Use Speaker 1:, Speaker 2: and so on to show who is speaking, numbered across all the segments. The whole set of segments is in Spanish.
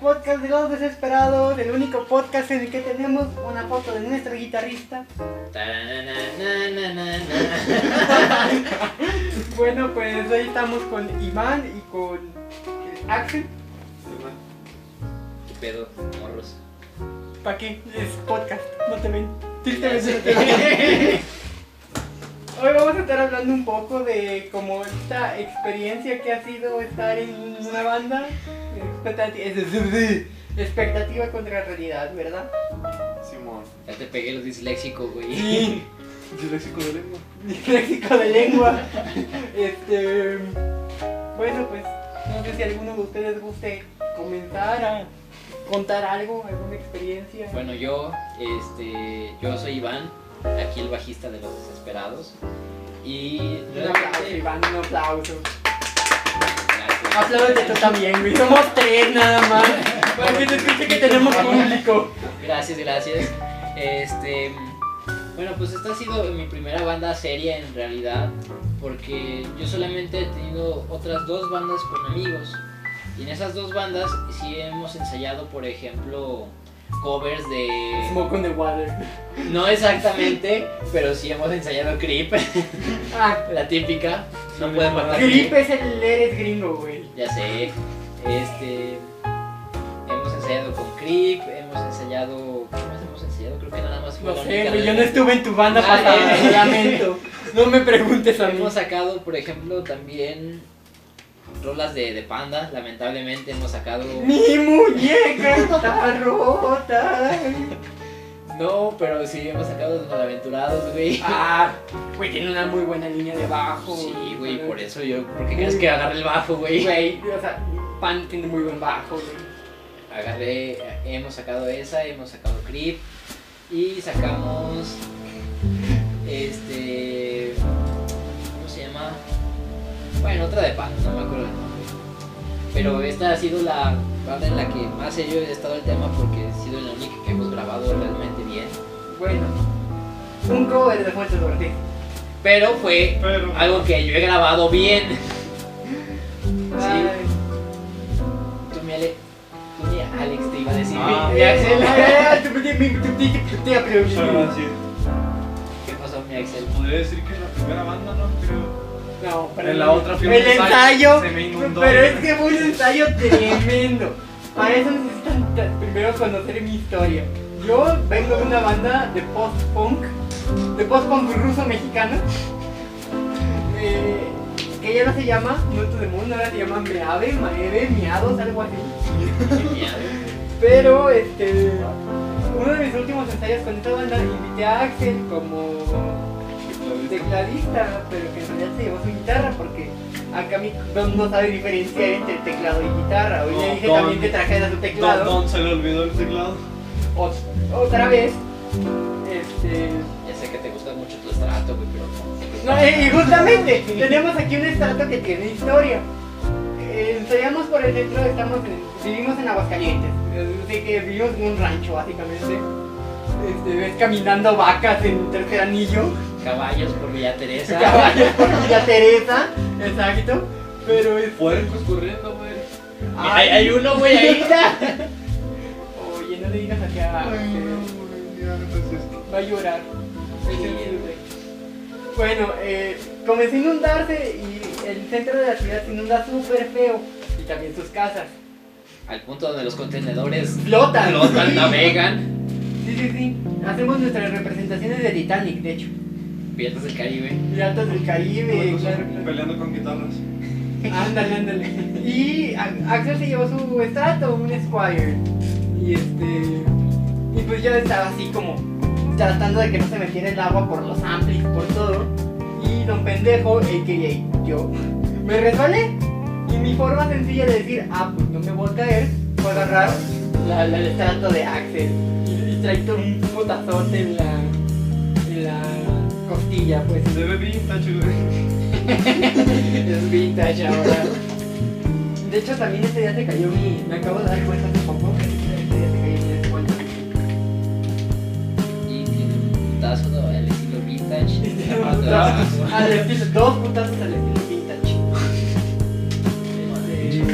Speaker 1: podcast de los desesperados, el único podcast en el que tenemos una foto de nuestro guitarrista. Bueno, pues hoy estamos con Iván y con eh, Axel.
Speaker 2: ¿Qué pedo, morros?
Speaker 1: ¿Para qué? Es podcast, no te ven.
Speaker 2: Ya
Speaker 1: Tristemente no te ven.
Speaker 2: sé.
Speaker 1: Hoy vamos a estar hablando un poco de como esta experiencia que ha sido estar en una banda. Expectati- es- Expectativa contra realidad, ¿verdad?
Speaker 3: Simón.
Speaker 2: Ya te pegué los disléxico, güey.
Speaker 3: Disléxico de lengua.
Speaker 1: Disléxico de lengua. Este. Bueno, pues no sé si alguno de ustedes guste comenzar a contar algo, alguna experiencia.
Speaker 2: Bueno, yo, este, yo soy Iván, aquí el bajista de los desesperados. Y
Speaker 1: un aplauso, Iván, un aplauso.
Speaker 2: Gracias.
Speaker 1: Apláudete tú también, güey. Somos tres nada más. Para que se escuche que tenemos público.
Speaker 2: Gracias, gracias. Este, bueno, pues esta ha sido mi primera banda seria en realidad, porque yo solamente he tenido otras dos bandas con amigos. Y en esas dos bandas sí hemos ensayado, por ejemplo, covers de...
Speaker 1: Smoke on the water.
Speaker 2: No exactamente, pero sí hemos ensayado Creep,
Speaker 1: Ah,
Speaker 2: la típica. No puede faltar
Speaker 1: Grip es el eres gringo, güey.
Speaker 2: Ya sé. Este. Hemos ensayado con Creep, hemos ensayado. ¿Qué más hemos ensayado? Creo que nada más fue
Speaker 1: No
Speaker 2: la
Speaker 1: sé,
Speaker 2: única
Speaker 1: güey. Yo no
Speaker 2: vez.
Speaker 1: estuve en tu banda
Speaker 2: Ah,
Speaker 1: pasada,
Speaker 2: eh.
Speaker 1: lo lamento. No me preguntes a mí.
Speaker 2: Hemos sacado, por ejemplo, también rolas de, de Panda. Lamentablemente hemos sacado.
Speaker 1: Mi muñeca está rota.
Speaker 2: No, pero sí hemos sacado los malaventurados, güey.
Speaker 1: Ah, güey, tiene una muy buena línea de bajo.
Speaker 2: Sí, güey, por eso yo. ¿Por qué crees que agarré el bajo, güey?
Speaker 1: Güey, o sea, Pan tiene muy buen bajo, güey.
Speaker 2: Agarré. Hemos sacado esa, hemos sacado Creep. Y sacamos. Este. ¿Cómo se llama? Bueno, otra de Panda, no me acuerdo el nombre. Pero esta ha sido la banda en la que más serio he estado el tema porque ha sido la única que hemos grabado realmente bien.
Speaker 1: Bueno, un cover de Fuentes Ortiz.
Speaker 2: Pero fue
Speaker 3: Pero.
Speaker 2: algo que yo he grabado bien.
Speaker 1: Ay.
Speaker 2: Tú, mi Ale- tú, mi Alex, te iba a decir.
Speaker 3: Ah.
Speaker 2: mi- mi Axel.
Speaker 3: Pero sí,
Speaker 2: ¿Qué pasó, mi Axel?
Speaker 3: podría decir que es la primera banda, ¿no? Creo.
Speaker 1: No, pero
Speaker 3: En la otra fui a un
Speaker 1: El ensayo.
Speaker 3: ensayo, se me inundó.
Speaker 1: Pero es que fue un ensayo tremendo. Para eso necesitan t- primero conocer mi historia. Yo vengo de una banda de post-punk, de post-punk ruso-mexicano, eh, que ya no se llama Minuto de Mundo, ahora se llama Meave, Maeve, Miados, algo así. Pero este uno de mis últimos ensayos con esta banda invité a Axel como tecladista, pero que en realidad se llevó su guitarra porque acá mi don no sabe diferenciar entre teclado y guitarra. Hoy le
Speaker 3: No,
Speaker 1: dije
Speaker 3: don.
Speaker 1: también que trajera su teclado.
Speaker 3: Don, Don se le olvidó el teclado.
Speaker 1: Ot- Otra vez. Este.
Speaker 2: Ya sé que te gusta mucho tu estrato, güey, pero no.
Speaker 1: No, eh, y justamente tenemos aquí un estrato que tiene historia. Eh, Ensayamos por el centro, estamos en- vivimos en Aguascalientes, eh, así que vivimos en un rancho básicamente. Este, ves caminando vacas en tercer anillo,
Speaker 2: Caballos por Villa Teresa.
Speaker 1: caballos por Villa Teresa, exacto. Pero es.
Speaker 3: Puercos pues corriendo, güey.
Speaker 2: Hay, hay uno, güey, ahí.
Speaker 1: Oye, no le digas hacia.
Speaker 3: Pues
Speaker 1: Va a llorar. Bueno, eh, comenzó a inundarse y el centro de la ciudad se inunda súper feo. Y también sus casas.
Speaker 2: Al punto donde los contenedores
Speaker 1: Flotan.
Speaker 2: flotan, navegan.
Speaker 1: Sí, sí, sí. Hacemos nuestras representaciones de Titanic, de hecho.
Speaker 2: Piratas del Caribe.
Speaker 1: Piratas del Caribe,
Speaker 3: Puercos
Speaker 1: claro, claro.
Speaker 3: Peleando con guitarras.
Speaker 1: Ándale, ándale. Y a- Axel se llevó su estrato, un Squire. Y este. Y pues yo estaba así como tratando de que no se metiera el agua por los amplis, por todo. Y don pendejo, a.k.a. yo, me resbalé. Y mi forma sencilla de decir, ah, pues no me voy a caer, fue agarrar la, la- el estrato de Axel. Y, y traí todo un botazote en la, en la costilla, pues.
Speaker 3: Se ve vintage, güey.
Speaker 1: Es vintage ahora. De hecho, también este día se cayó mi. Me acabo de dar cuenta hace poco que este día se cayó mi descuento.
Speaker 2: Y tiene un putazo ¿no? al estilo vintage.
Speaker 1: Tiene un putazo. Al estilo, Ah, dos putazos al estilo vintage. Este, Eh,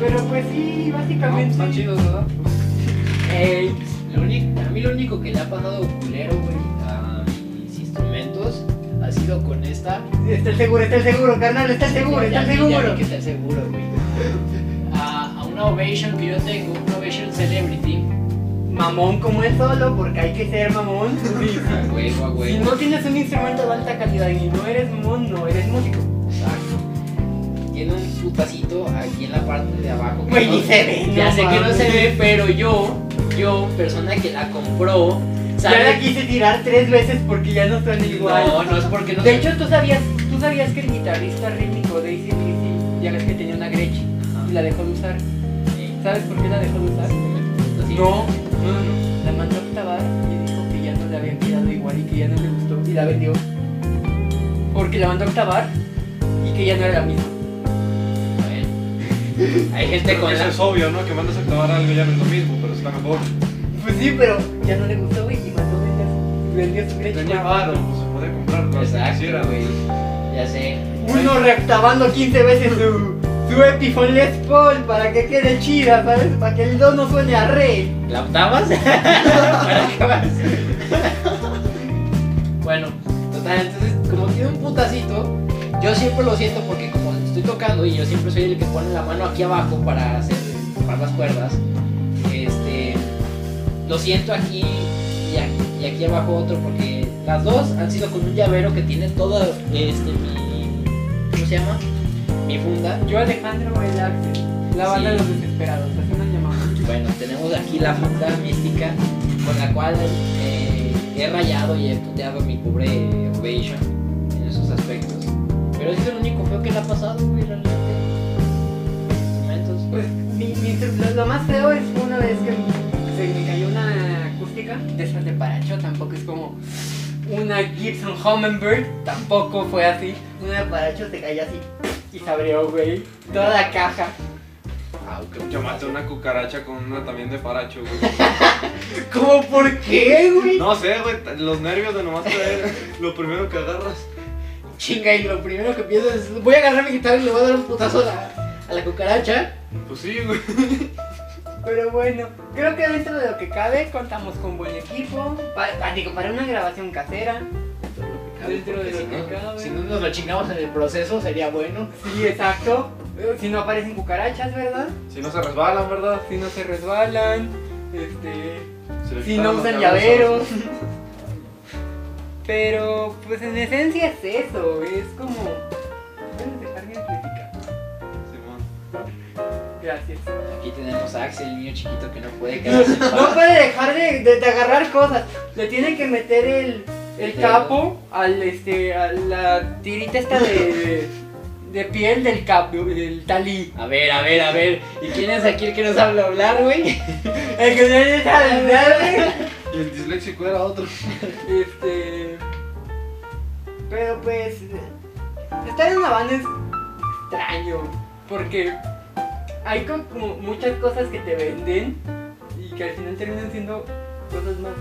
Speaker 1: Pero Pues sí,
Speaker 2: No,
Speaker 1: básicamente.
Speaker 2: están chidos, ¿verdad? Ey, lo único- a mí lo único que le ha pasado culero, güey, a mis instrumentos ha sido con esta.
Speaker 1: Está el seguro, está el seguro, carnal, está el seguro, está
Speaker 2: Ya
Speaker 1: el
Speaker 2: vi, ya vi
Speaker 1: seguro.
Speaker 2: que está el seguro, güey. A, a una Ovation que yo tengo, una Ovation Celebrity.
Speaker 1: Mamón como es solo, porque hay que ser mamón.
Speaker 2: A huevo, a
Speaker 1: Si
Speaker 2: huevo.
Speaker 1: no tienes un instrumento de alta calidad y no eres mono, eres músico.
Speaker 2: Exacto. Tiene un putacito aquí en la parte de abajo. que
Speaker 1: Güey,
Speaker 2: no-
Speaker 1: ni se ve.
Speaker 2: Ya sé que no
Speaker 1: mames.
Speaker 2: se ve, pero yo, yo, persona que la compró,
Speaker 1: Ya
Speaker 2: sabe
Speaker 1: la quise tirar tres veces porque ya no suena igual.
Speaker 2: No, no es porque no
Speaker 1: De
Speaker 2: se-
Speaker 1: hecho, tú sabías, tú sabías que el guitarrista rítmico de ACDC, ya ves que tenía una Gretsch
Speaker 2: Ajá.
Speaker 1: y la dejó de usar.
Speaker 2: Sí.
Speaker 1: ¿Sabes por qué la dejó de usar?
Speaker 2: Así.
Speaker 1: No, no, no. La mandó a octavar y dijo que ya no le habían quedado igual y que ya no le gustó y la vendió. Porque la mandó a octavar y que ya no era la misma.
Speaker 2: Bueno. Hay gente
Speaker 3: Creo que
Speaker 2: con
Speaker 3: eso
Speaker 2: la...
Speaker 3: es obvio, ¿no? Que mandas a acabar algo ya no es lo mismo, pero está mejor.
Speaker 1: Pues sí, pero ya no le gustó, güey, y mandó vender su- vendió su Gretsch.
Speaker 3: Tenía varo, pues se podía comprar lo que quisiera,
Speaker 2: Exacto,
Speaker 3: güey.
Speaker 2: güey. Ya sé.
Speaker 1: Uno reactavando 15 veces su, su Epiphone Les Paul para que quede chida, ¿sabes? Para que el do no suene a re.
Speaker 2: ¿La octavas? ¿Para qué vas? bueno, total, entonces, como tiene un putacito, yo siempre lo siento porque como estoy tocando y yo siempre soy el que pone la mano aquí abajo para hacer para las cuerdas, este, lo siento aquí y aquí, y aquí abajo otro porque las dos han sido con un llavero que tiene toda este mi ¿cómo se llama? Mi funda.
Speaker 1: Yo, Alejandro, el Axel. La banda
Speaker 2: Sí.
Speaker 1: de los desesperados, así nos llamamos.
Speaker 2: Bueno, tenemos aquí la funda mística con la cual eh, he rayado y he puteado mi pobre Ovation en esos aspectos. Pero ese es el único feo que le ha pasado, güey, realmente. Instrumentos.
Speaker 1: Pues mi- mi instru- lo, lo más feo es una vez que se me cayó una acústica de esas de paracho, tampoco es como una Gibson Hummingbird, tampoco fue así. Una de paracho se cayó así y se abrió, güey. Toda la caja.
Speaker 2: Ah, ok.
Speaker 3: Yo maté una cucaracha con una también de paracho, güey.
Speaker 1: ¿Cómo por qué, güey?
Speaker 3: No sé, güey, t- los nervios de nomás traer lo primero que agarras.
Speaker 2: Chinga, y lo primero que pienso es: voy a agarrar mi guitarra y le voy a dar un putazo a la, a la cucaracha.
Speaker 3: Pues sí, güey.
Speaker 1: Pero bueno, creo que dentro de lo que cabe contamos con buen equipo. Pa- ah, digo, para una grabación casera. Dentro de
Speaker 2: Porque
Speaker 1: lo
Speaker 2: si,
Speaker 1: que
Speaker 2: no,
Speaker 1: cabe.
Speaker 2: si no nos lo chingamos en el proceso, sería bueno.
Speaker 1: Sí, exacto. Eh, Si no aparecen cucarachas, ¿verdad?
Speaker 3: Si no se resbalan, ¿verdad?
Speaker 1: Si no se resbalan. Este.
Speaker 3: Se le
Speaker 4: Pues
Speaker 1: Si
Speaker 3: quitan
Speaker 1: no
Speaker 3: los
Speaker 1: usan
Speaker 3: cabezos.
Speaker 1: llaveros. Pero, pues en esencia es eso. Es como. Puedes dejar bien crítica.
Speaker 3: Simón.
Speaker 1: Gracias.
Speaker 2: Aquí tenemos a Axel, el niño chiquito que no puede quedarse en paz.
Speaker 1: No puede dejar de, de- de agarrar cosas. Le tiene que meter el, el capo al este a la tirita esta de, de piel del capo, del talí.
Speaker 2: A ver, a ver, a ver. ¿Y quién es aquí el que nos habla hablar, güey?
Speaker 1: El que tiene esa de-
Speaker 3: Y el disléxico era otro.
Speaker 1: Este. Pero pues. Estar en una banda es extraño. Porque hay co- como muchas cosas que te venden y que al final terminan siendo cosas más.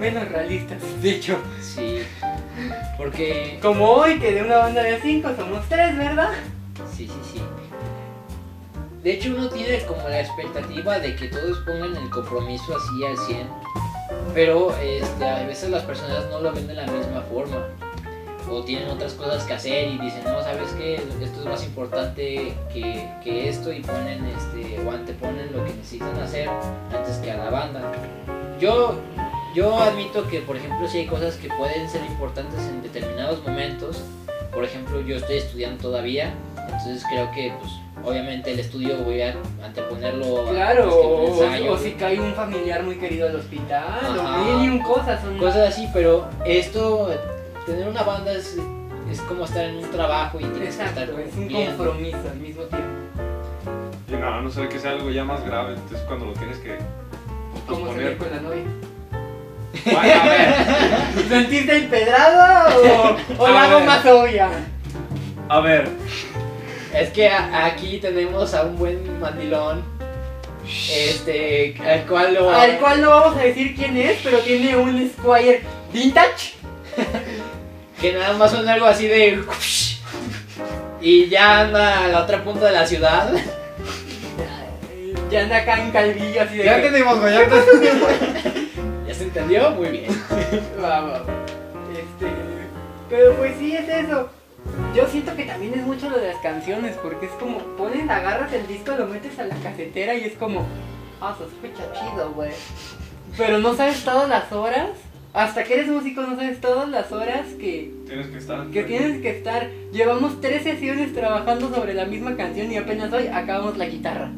Speaker 1: menos realistas, dicho.
Speaker 2: Sí. Porque.
Speaker 1: Como hoy, que de una banda de cinco somos tres, ¿verdad?
Speaker 2: Sí, sí, sí. De hecho, uno tiene como la expectativa de que todos pongan el compromiso así al 100. Pero este, a veces las personas no lo ven de la misma forma. O tienen otras cosas que hacer y dicen, no, sabes que esto es más importante que, que esto. Y ponen, este, o anteponen lo que necesitan hacer antes que a la banda. Yo, yo admito que, por ejemplo, si hay cosas que pueden ser importantes en determinados momentos. Por ejemplo, yo estoy estudiando todavía. Entonces creo que, pues, obviamente el estudio voy a anteponerlo. a-
Speaker 1: Claro,
Speaker 2: pues, que un
Speaker 1: o,
Speaker 2: ensayo,
Speaker 1: o si cae un familiar muy querido al hospital,
Speaker 2: Ajá.
Speaker 1: o mil y un cosas. Son...
Speaker 2: cosas así, pero esto, tener una banda es, es como estar en un trabajo y tienes que estar
Speaker 1: Exacto, es un
Speaker 2: cumpliendo.
Speaker 1: compromiso al mismo tiempo.
Speaker 3: Y no, a no ser que sea algo ya más grave, entonces cuando lo tienes que
Speaker 1: ¿Cómo
Speaker 3: posponer.
Speaker 1: salir con la novia?
Speaker 3: Bueno, a ver,
Speaker 1: ¿Sentiste empedrada o, o
Speaker 3: A
Speaker 1: la hago
Speaker 3: ver.
Speaker 1: más obvia?
Speaker 3: a ver.
Speaker 2: Es que a- aquí tenemos a un buen mandilón, este, al cual lo...
Speaker 1: Al cual no vamos a decir quién es, pero tiene un Squire Vintage.
Speaker 2: que nada más son algo así de... Y ya anda a la otra punta de la ciudad.
Speaker 1: Ya anda acá en calvillo así de.
Speaker 4: Ya
Speaker 1: que-
Speaker 4: tenemos, güey, ya tenemos.
Speaker 2: ¿Ya se entendió? Muy bien.
Speaker 1: Va, va, va. Este. Pero pues sí es eso. Yo siento que también es mucho lo de las canciones, porque es como, pones, agarras el disco, lo metes a la casetera y es como, ah, se escucha chido, güey. Pero no sabes todas las horas, hasta que eres músico no sabes todas las horas que,
Speaker 3: Tienes que estar.
Speaker 1: que tienes que estar. Llevamos tres sesiones trabajando sobre la misma canción y apenas hoy acabamos la guitarra.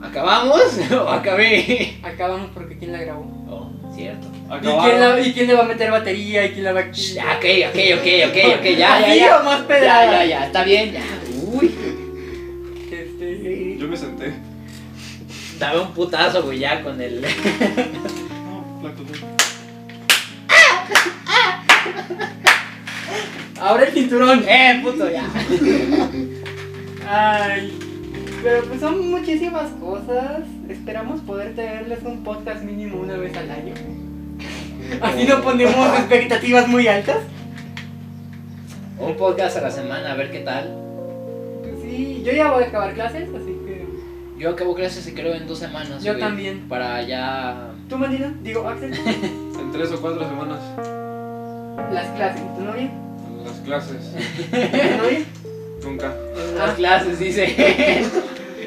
Speaker 2: ¿Acabamos o acabé?
Speaker 1: Acabamos porque quién la grabó.
Speaker 2: Oh, cierto.
Speaker 1: ¿Y quién,
Speaker 3: Acabaron.
Speaker 1: la- y quién le va a meter batería y quién la va a...
Speaker 2: Ya, Ah, Ok, ok, ok, ok, ok, ya, ya,
Speaker 1: ¿Así
Speaker 2: ya.
Speaker 1: o más
Speaker 2: Ya,
Speaker 1: pedrada?
Speaker 2: ya, ya, está bien, ya. Uy,
Speaker 1: Este,
Speaker 3: Yo me senté.
Speaker 2: dame un putazo, güey, ya con el.
Speaker 3: No, flaco. no.
Speaker 1: Ahora el cinturón.
Speaker 2: ¡Eh, puto, ya!
Speaker 1: Ay. Pero pues son muchísimas cosas. Esperamos poder traerles un podcast mínimo una vez al año. Así no ponemos expectativas muy altas.
Speaker 2: Un podcast a la semana, a ver qué tal.
Speaker 1: Pues sí, yo ya voy a acabar clases, así que.
Speaker 2: Yo acabo clases, creo, en dos semanas.
Speaker 1: Yo
Speaker 2: güey,
Speaker 1: también.
Speaker 2: Para ya.
Speaker 1: ¿Tú, Marina? Digo, Axel.
Speaker 3: En tres o cuatro semanas.
Speaker 1: Las clases. ¿Tú no bien?
Speaker 3: en Las clases.
Speaker 1: ¿Tú no bien?
Speaker 3: Nunca.
Speaker 2: Las clases, dice.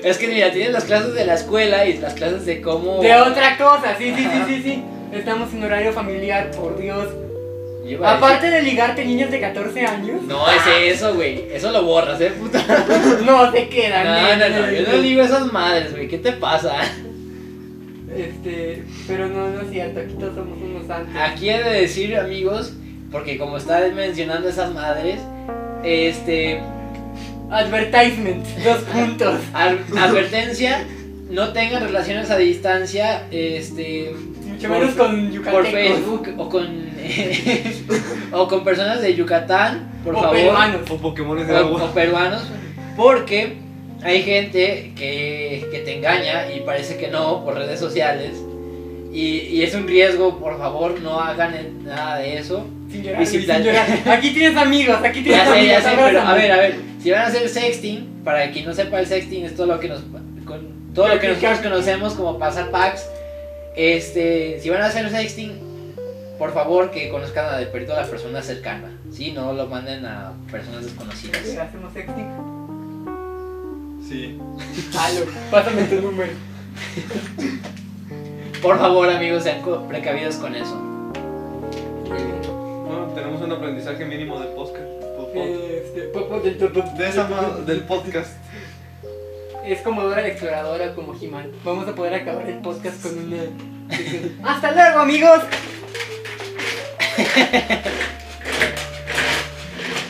Speaker 2: es que mira, tienes las clases de la escuela y las clases de cómo.
Speaker 1: De otra cosa, sí, sí, sí, sí, sí. Estamos en horario familiar, por Dios.
Speaker 2: Yo iba a decir-
Speaker 1: Aparte de ligarte niñas de 14 años,
Speaker 2: No, es eso, güey. Eso lo borras, eh, puta.
Speaker 1: no te quedan.
Speaker 2: No, no, no. Yo
Speaker 1: nena.
Speaker 2: no digo esas madres, güey. ¿Qué te pasa?
Speaker 1: Este, pero no, no es cierto, aquí todos somos unos santos.
Speaker 2: Aquí he de decir, amigos, porque como está mencionando esas madres, este.
Speaker 1: Advertisement, dos puntos.
Speaker 2: Al- advertencia, no tengan relaciones a distancia, este,
Speaker 1: Mucho
Speaker 2: Por-
Speaker 1: menos con
Speaker 2: por
Speaker 1: yucatecos.
Speaker 2: Facebook o con o con personas de Yucatán, por
Speaker 1: o
Speaker 2: favor,
Speaker 1: peruanos.
Speaker 3: O Pokémones de
Speaker 2: o,
Speaker 3: agua.
Speaker 2: o peruanos, porque hay gente que, que te engaña y parece que no por redes sociales. Y, y es un riesgo, por favor, no hagan nada de eso.
Speaker 1: Sin llorar,
Speaker 2: sin
Speaker 1: sin
Speaker 2: plan-
Speaker 1: llorar. Aquí tienes amigos, aquí tienes
Speaker 2: Ya sé, ya
Speaker 1: amigos.
Speaker 2: sé, pero a
Speaker 1: abrázame.
Speaker 2: ver, a ver, si van a hacer sexting, para quien no sepa el sexting es todo lo que nos con- todo lo que nosotros conocemos como pasar packs. Este, si van a hacer sexting, por favor que conozcan a de perdido a la persona cercana, sí, no lo manden a personas desconocidas.
Speaker 1: Hacemos sexting.
Speaker 3: Sí.
Speaker 1: Halo, pásame tu número.
Speaker 2: Por favor, amigos, sean co- precavidos con eso.
Speaker 3: Bueno, tenemos un aprendizaje mínimo del podcast. Po- po-
Speaker 1: Este, po- po- del- del- del-
Speaker 3: De esa ma- del podcast.
Speaker 1: Es como Dora la Exploradora, como He-Man. Vamos a poder acabar el podcast con una. ¡Hasta luego, amigos!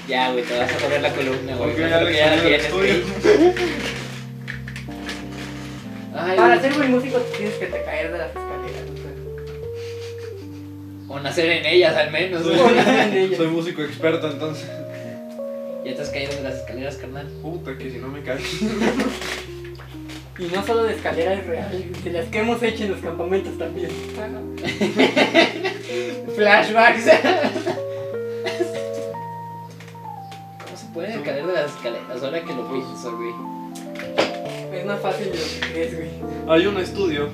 Speaker 2: Ya, güey, te vas a poner la columna, güey.
Speaker 3: Ok,
Speaker 2: no creo
Speaker 3: Alex,
Speaker 2: que ya la
Speaker 3: salió del
Speaker 2: tienes,
Speaker 3: estudio.
Speaker 2: güey. Ay,
Speaker 1: Para
Speaker 2: güey.
Speaker 1: ser buen músico tienes que te caer de las escaleras. o sea.
Speaker 2: O nacer en ellas al menos. güey.
Speaker 1: Soy- Ponen ellas.
Speaker 3: Soy músico experto, entonces.
Speaker 2: Ya te has caído de las escaleras, carnal.
Speaker 3: Puta, que si no me cae.
Speaker 1: Y no solo de escaleras reales, de las que hemos hecho en los campamentos también.
Speaker 2: Flashbacks. ¿Cómo se puede caer de las escaleras? Ahora que lo pienso, güey.
Speaker 1: Es más fácil de lo que crees, güey.
Speaker 3: Hay un estudio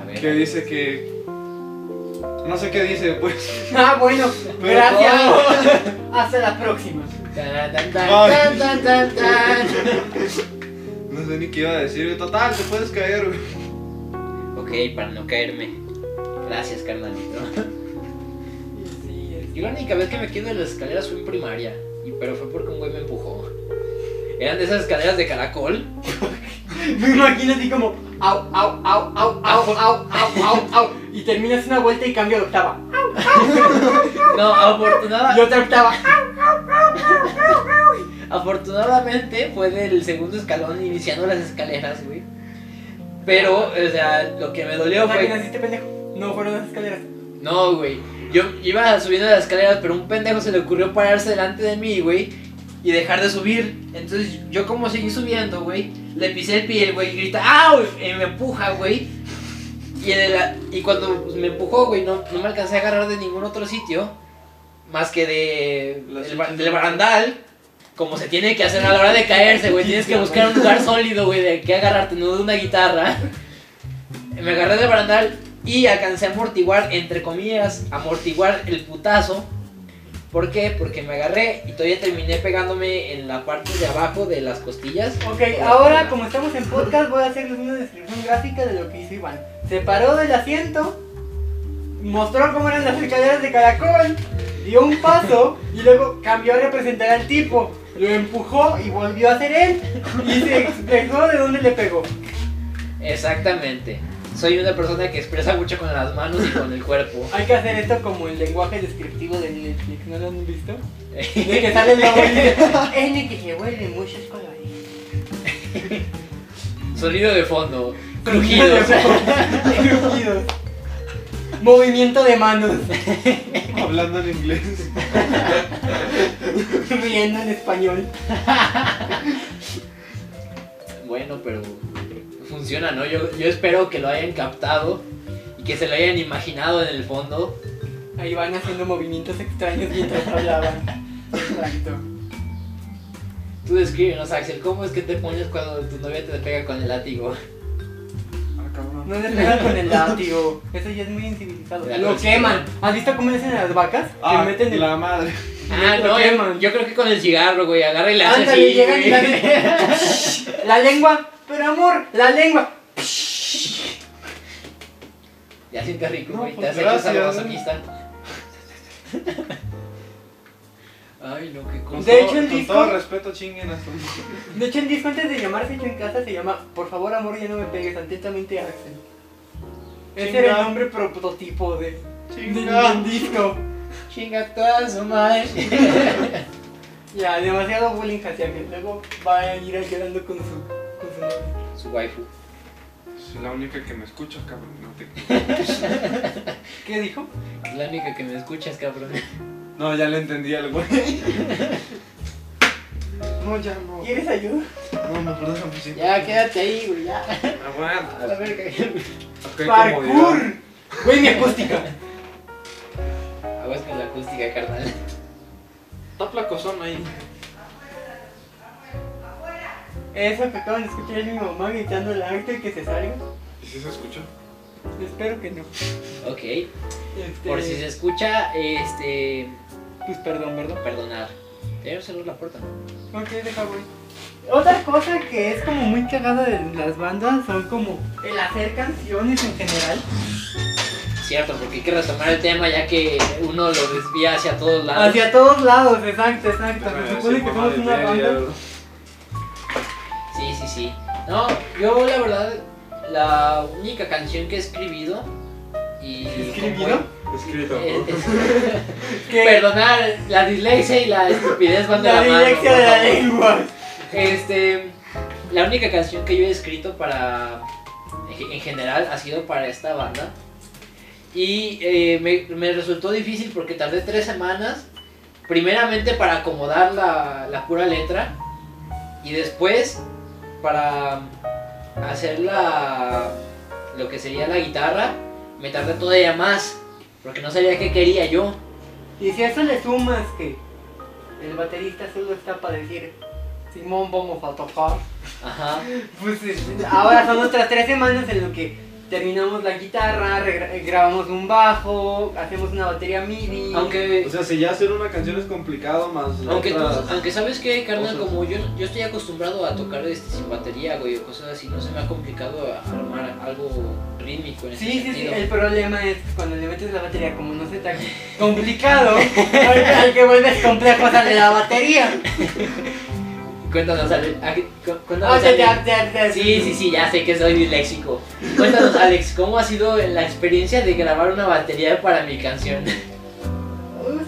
Speaker 2: A ver.
Speaker 3: que dice que. No sé qué dice, pues.
Speaker 1: Ah, bueno,
Speaker 3: Pero-
Speaker 1: gracias. Hasta la próxima.
Speaker 2: Tan, tan, tan, tan, tan, tan.
Speaker 3: No sé ni qué iba a decir. Total, te puedes caer, güey.
Speaker 2: Ok, para no caerme. Gracias, carnalito.
Speaker 1: Y sí, es-
Speaker 2: Yo la única vez que me quedé de las escaleras fue en primaria, y, pero fue porque un güey me empujó. Eran de esas escaleras de caracol.
Speaker 1: Me imagino así como, au, au, au, au, au, au, au, au, au. Y terminas una vuelta y cambio de octava.
Speaker 2: No, afortunada-
Speaker 1: Y otra octava.
Speaker 2: afortunadamente fue del segundo escalón iniciando las escaleras, güey. Pero, o sea, lo que me dolió
Speaker 1: O sea, que
Speaker 2: fue...
Speaker 1: naciste este pendejo. No fueron las escaleras.
Speaker 2: No, güey. Yo iba subiendo las escaleras, pero un pendejo se le ocurrió pararse delante de mí, güey, y dejar de subir. Entonces, yo como seguí subiendo, güey, le pisé el pie, el güey, y grita, ¡au! Y me empuja, güey. Y, en el- y cuando pues, me empujó, güey, no, no me alcancé a agarrar de ningún otro sitio, más que de,
Speaker 3: Las
Speaker 2: el ba-
Speaker 3: sillas.
Speaker 2: del barandal. como se tiene que hacer a la hora de caerse, güey. Tienes que buscar un lugar sólido, güey, de que agarrarte, no de una guitarra. Me agarré del barandal y alcancé a amortiguar, entre comillas, amortiguar el putazo. ¿Por qué? Porque me agarré y todavía terminé pegándome en la parte de abajo de las costillas.
Speaker 1: Ok, ahora como estamos en podcast voy a hacerles una descripción gráfica de lo que hizo Iván. Se paró del asiento, mostró cómo eran las escaleras de caracol, dio un paso y luego cambió a representar al tipo. Lo empujó y volvió a ser él y se expresó de dónde le pegó.
Speaker 2: Exactamente. Soy una persona que expresa mucho con las manos y con el cuerpo.
Speaker 1: Hay que hacer esto como el lenguaje descriptivo de Netflix, ¿no lo han visto? De que sale el lobo y dice, N que se vuelve muchos colores.
Speaker 2: Sonido de fondo, crujidos.
Speaker 1: Crujidos. Movimiento de manos.
Speaker 3: Hablando en inglés.
Speaker 1: Riendo en español.
Speaker 2: Bueno, pero funciona, ¿no? Yo, yo espero que lo hayan captado y que se lo hayan imaginado en el fondo.
Speaker 1: Ahí van haciendo movimientos extraños mientras hablaban. Exacto.
Speaker 2: Tú descríbenos, Axel, ¿cómo es que te pones cuando tu novia te pega con el látigo?
Speaker 3: Ah, cabrón.
Speaker 1: No le pegan con el látigo. Eso ya es muy incivilizado.
Speaker 2: Ya
Speaker 1: Lo
Speaker 2: lo
Speaker 1: queman. ¿Has visto cómo le hacen a las vacas?
Speaker 3: Ah,
Speaker 1: le meten el.
Speaker 3: la madre.
Speaker 2: Ah,
Speaker 1: Lo
Speaker 2: no, yo,
Speaker 1: queman.
Speaker 2: yo creo que con el cigarro, güey, agarra y le hace
Speaker 1: Ándale,
Speaker 2: así,
Speaker 1: llegan y
Speaker 2: güey.
Speaker 1: la La lengua. Pero amor, la lengua.
Speaker 2: Ya sientes rico,
Speaker 3: No,
Speaker 2: güey,
Speaker 3: pues,
Speaker 2: te has
Speaker 3: gracias,
Speaker 2: hecho
Speaker 3: güey.
Speaker 2: masoquista. Ay, no, qué
Speaker 3: Con
Speaker 2: cosa.
Speaker 1: De
Speaker 3: todo-
Speaker 1: hecho, el
Speaker 3: con
Speaker 1: disco-
Speaker 3: todo respeto, chinguen a su.
Speaker 1: De hecho, el disco antes de llamarse hecho en casa se llama Por favor, amor, ya no me pegues. Atentamente, Axel. Ese era el
Speaker 3: Chinga.
Speaker 1: nombre prototipo de, del-
Speaker 3: Chinga.
Speaker 1: del disco.
Speaker 2: Chinga toda su madre.
Speaker 1: Ya, demasiado bullying hacia que luego va a ir llorando con su, con su novia.
Speaker 2: Su waifu.
Speaker 3: Es la única que me escucha, cabrón. No, te...
Speaker 1: ¿Qué dijo?
Speaker 2: Es la única que me escuchas, cabrón.
Speaker 3: no ya le entendí al güey. No, ya no.
Speaker 1: ¿Quieres ayuda?
Speaker 3: No, me perdón, pues sí.
Speaker 2: Ya, quédate ahí, güey, ya. A la
Speaker 3: Aguanta.
Speaker 2: verga.
Speaker 3: Ok,
Speaker 1: ¡Parkour!
Speaker 3: comodidad.
Speaker 1: Güey, mi acústica.
Speaker 2: Aguas con la acústica, carnal.
Speaker 3: Está placozón ahí.
Speaker 1: Eso que acaban de escuchar es mi mamá gritando al arte que se salga.
Speaker 3: ¿Y si se escuchó?
Speaker 1: Espero que no.
Speaker 2: Ok.
Speaker 1: Este,
Speaker 2: Por si se escucha, este.
Speaker 1: Pues perdón, perdón.
Speaker 2: Perdonar. Debemos cerrar la puerta. ¿no?
Speaker 1: Ok, deja, güey. Otra cosa que es como muy cagada de las bandas son como el hacer canciones en general.
Speaker 2: Cierto, porque hay que retomar el tema ya que uno lo desvía hacia todos lados.
Speaker 1: Hacia todos lados, exacto, exacto.
Speaker 4: Ah,
Speaker 3: Déjame
Speaker 1: Se
Speaker 3: ver
Speaker 1: supone
Speaker 3: si
Speaker 1: que
Speaker 3: mamá
Speaker 1: somos
Speaker 3: de
Speaker 1: una
Speaker 3: Terry,
Speaker 1: banda.
Speaker 3: algo.
Speaker 2: Sí, sí, sí. No, yo la verdad, la única canción que he escribido y.
Speaker 1: ¿Escribido?
Speaker 3: Escrito.
Speaker 2: como-
Speaker 3: ¿no?
Speaker 2: eh, es-
Speaker 1: Que
Speaker 2: perdonar la dislexia y la estupidez van de la,
Speaker 1: la
Speaker 2: mano.
Speaker 1: dirección
Speaker 2: por
Speaker 1: de la
Speaker 2: favor.
Speaker 1: lengua.
Speaker 2: Este, la única canción que yo he escrito para, en general, ha sido para esta banda. Y eh, me, me resultó difícil porque tardé tres semanas, primeramente para acomodar la, la pura letra y después para hacer la, lo que sería la guitarra, me tardé todavía más porque no sabía qué quería yo.
Speaker 1: Y si a eso le sumas que el baterista solo está para decir Simón vamos a tocar,
Speaker 2: Ajá.
Speaker 1: pues es- ahora son otras tres semanas en lo que terminamos la guitarra, regra- eh, grabamos un bajo, hacemos una batería MIDI.
Speaker 2: Aunque
Speaker 3: O sea, si ya hacer una canción es complicado, más la
Speaker 2: Aunque, tú-
Speaker 3: otra-
Speaker 2: aunque sabes que, carnal,
Speaker 3: cosas.
Speaker 2: como yo, yo estoy acostumbrado a tocar este, sin batería, güey, o cosas así, no se me ha complicado a- armar algo rítmico en ese
Speaker 1: Sí, sí, sí,
Speaker 2: sentido.
Speaker 1: el problema es que cuando le metes la batería como no se está complicado, al, al que vuelves complejo sale la batería.
Speaker 2: Cuéntanos, Ale- a- cu- cuéntanos,
Speaker 1: O sea,
Speaker 2: Ale-
Speaker 1: ya, ya, ya.
Speaker 2: Sí, sí, sí, ya sé que soy disléxico. Cuéntanos, Alex, ¿cómo ha sido la experiencia de grabar una batería para mi canción?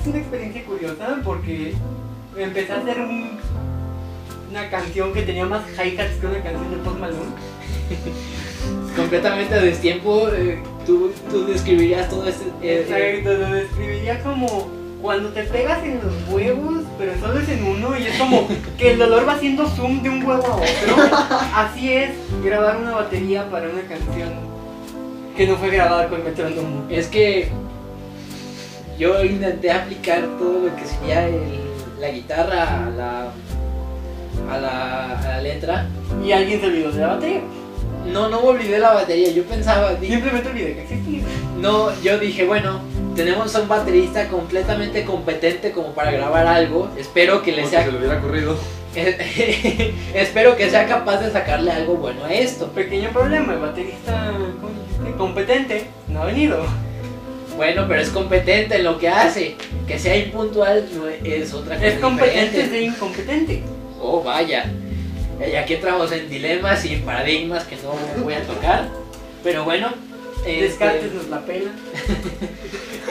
Speaker 1: Es una experiencia curiosa porque empecé a hacer un- una canción que tenía más hi-hats que una canción de Post Malone.
Speaker 2: Completamente a destiempo, eh, tú, tú describirías todo este... eh, eh,
Speaker 1: Exacto, lo describiría como cuando te pegas en los huevos, pero solo es en uno y es como que el dolor va haciendo zoom de un huevo a otro. Así es grabar una batería para una canción que no fue grabada con metrónomo.
Speaker 2: Es que yo intenté aplicar todo lo que sería el- la guitarra a la a la, a la letra.
Speaker 1: Y alguien se olvidó de la batería.
Speaker 2: No, no me olvidé la batería, yo pensaba, dije,
Speaker 1: Simplemente olvidé que existía.
Speaker 2: No, yo dije, bueno, tenemos a un baterista completamente competente como para grabar algo. Espero que le
Speaker 3: Como
Speaker 2: sea
Speaker 3: que se le hubiera ocurrido.
Speaker 2: espero que sea capaz de sacarle algo bueno a esto.
Speaker 1: Pequeño problema, el baterista ¿cómo dijiste? competente no ha venido.
Speaker 2: Bueno, pero es competente en lo que hace. Que sea impuntual no es otra cosa.
Speaker 1: Es competente
Speaker 2: diferente.
Speaker 1: de incompetente.
Speaker 2: Oh, vaya. Eh, Y aquí entramos en dilemas y paradigmas que no voy a tocar. Pero bueno. este-
Speaker 1: Descartes nos la pela.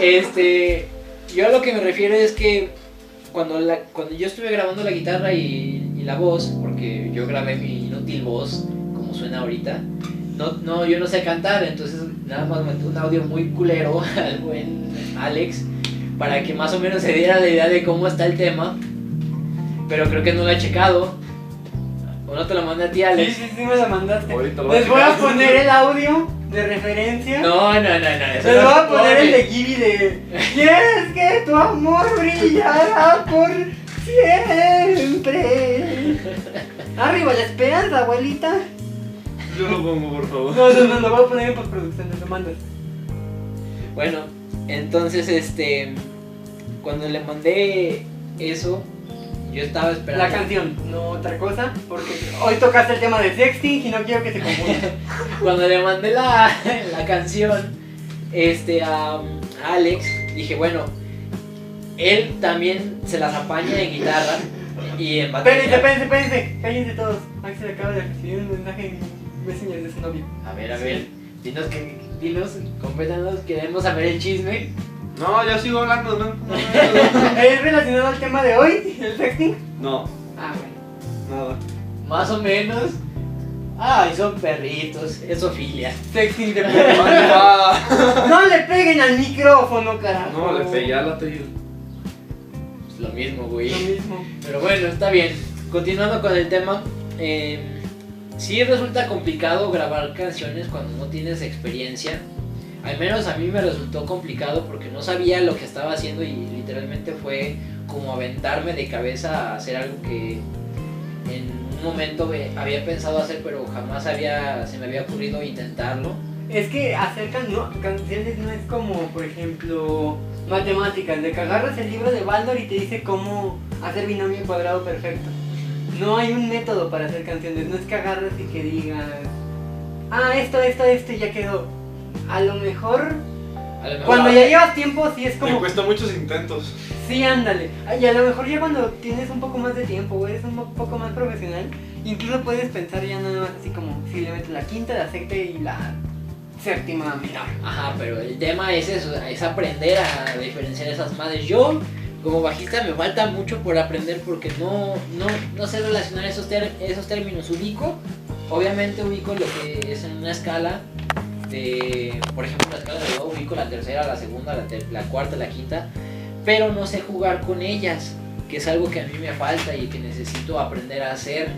Speaker 2: Este, yo a lo que me refiero es que cuando, la, cuando yo estuve grabando la guitarra y, y la voz, porque yo grabé mi inútil voz, como suena ahorita, no, no, yo no sé cantar, entonces nada más mandé un audio muy culero al buen Alex para que más o menos se diera la idea de cómo está el tema, pero creo que no lo he checado. ¿O no te lo mandé a ti,
Speaker 1: Sí,
Speaker 2: Alex?
Speaker 1: sí, sí me la mandaste.
Speaker 3: Ahorita lo voy a
Speaker 1: Les voy a
Speaker 3: checar.
Speaker 1: poner el audio de referencia.
Speaker 2: No, no, no, no. eso
Speaker 1: Les
Speaker 2: no
Speaker 1: voy
Speaker 2: se
Speaker 1: a poner
Speaker 2: pone.
Speaker 1: el de Gibby de. ¿Quieres que tu amor brillará por siempre? Arriba la esperanza, abuelita.
Speaker 3: Yo lo pongo, por favor.
Speaker 1: No, no, no, lo voy a poner en postproducción, te lo mandas.
Speaker 2: Bueno, entonces este. Cuando le mandé eso, yo estaba esperando.
Speaker 1: La canción, no otra cosa, porque hoy tocaste el tema de sexting y no quiero que se confunda.
Speaker 2: Cuando le mandé la, la canción este, a, a Alex, dije, bueno, él también se las apaña en guitarra y en
Speaker 1: espérense,
Speaker 2: batería.
Speaker 1: espérense, espérense, cállense todos. Axel acaba de recibir un mensaje en Messenger de su novio.
Speaker 2: A ver, a ver, dinos que. Dinos, compétanos, queremos saber el chisme.
Speaker 3: No, yo sigo hablando, no.
Speaker 1: ¿Es relacionado al tema de hoy, el sexting?
Speaker 3: No,
Speaker 1: Ah, bueno.
Speaker 3: nada.
Speaker 2: Más o menos. Ay, son perritos, es ofilia.
Speaker 1: Sexting de perro. No le peguen al micrófono, carajo.
Speaker 3: No, le pegué a la tele.
Speaker 2: Es lo mismo, güey.
Speaker 1: Lo mismo.
Speaker 2: Pero bueno, está bien. Continuando con el tema, eh, sí resulta complicado grabar canciones cuando no tienes experiencia. Al menos a mí me resultó complicado porque no sabía lo que estaba haciendo y literalmente fue como aventarme de cabeza a hacer algo que en un momento eh, había pensado hacer pero jamás había, se me había ocurrido intentarlo.
Speaker 1: Es que hacer can- no, canciones no es como, por ejemplo, matemáticas, de que agarras el libro de Baldor y te dice cómo hacer binomio cuadrado perfecto. No hay un método para hacer canciones, no es que agarras y que digas, ah, esto, esto, esto, y ya quedó. A lo mejor,
Speaker 2: A lo mejor
Speaker 1: cuando
Speaker 2: ahora-
Speaker 1: ya llevas tiempo, sí es
Speaker 3: Me
Speaker 1: como,
Speaker 3: cuesta muchos intentos.
Speaker 1: sí, ándale. Ah, Y a lo mejor ya cuando tienes un poco más de tiempo o eres un mo- poco más profesional, incluso puedes pensar ya nada más así como, si le metes la quinta, la sexta y la séptima menor.
Speaker 2: Ajá, pero el tema es eso, es aprender a diferenciar esas madres. Yo, como bajista, me falta mucho por aprender porque no, no, no sé relacionar esos, ter- esos términos. Ubico, obviamente ubico lo que es en una escala de, por ejemplo, la escala de do, ubico la tercera, la segunda, la, ter- la cuarta, la quinta, pero no sé jugar con ellas, que es algo que a mí me falta y que necesito aprender a hacer.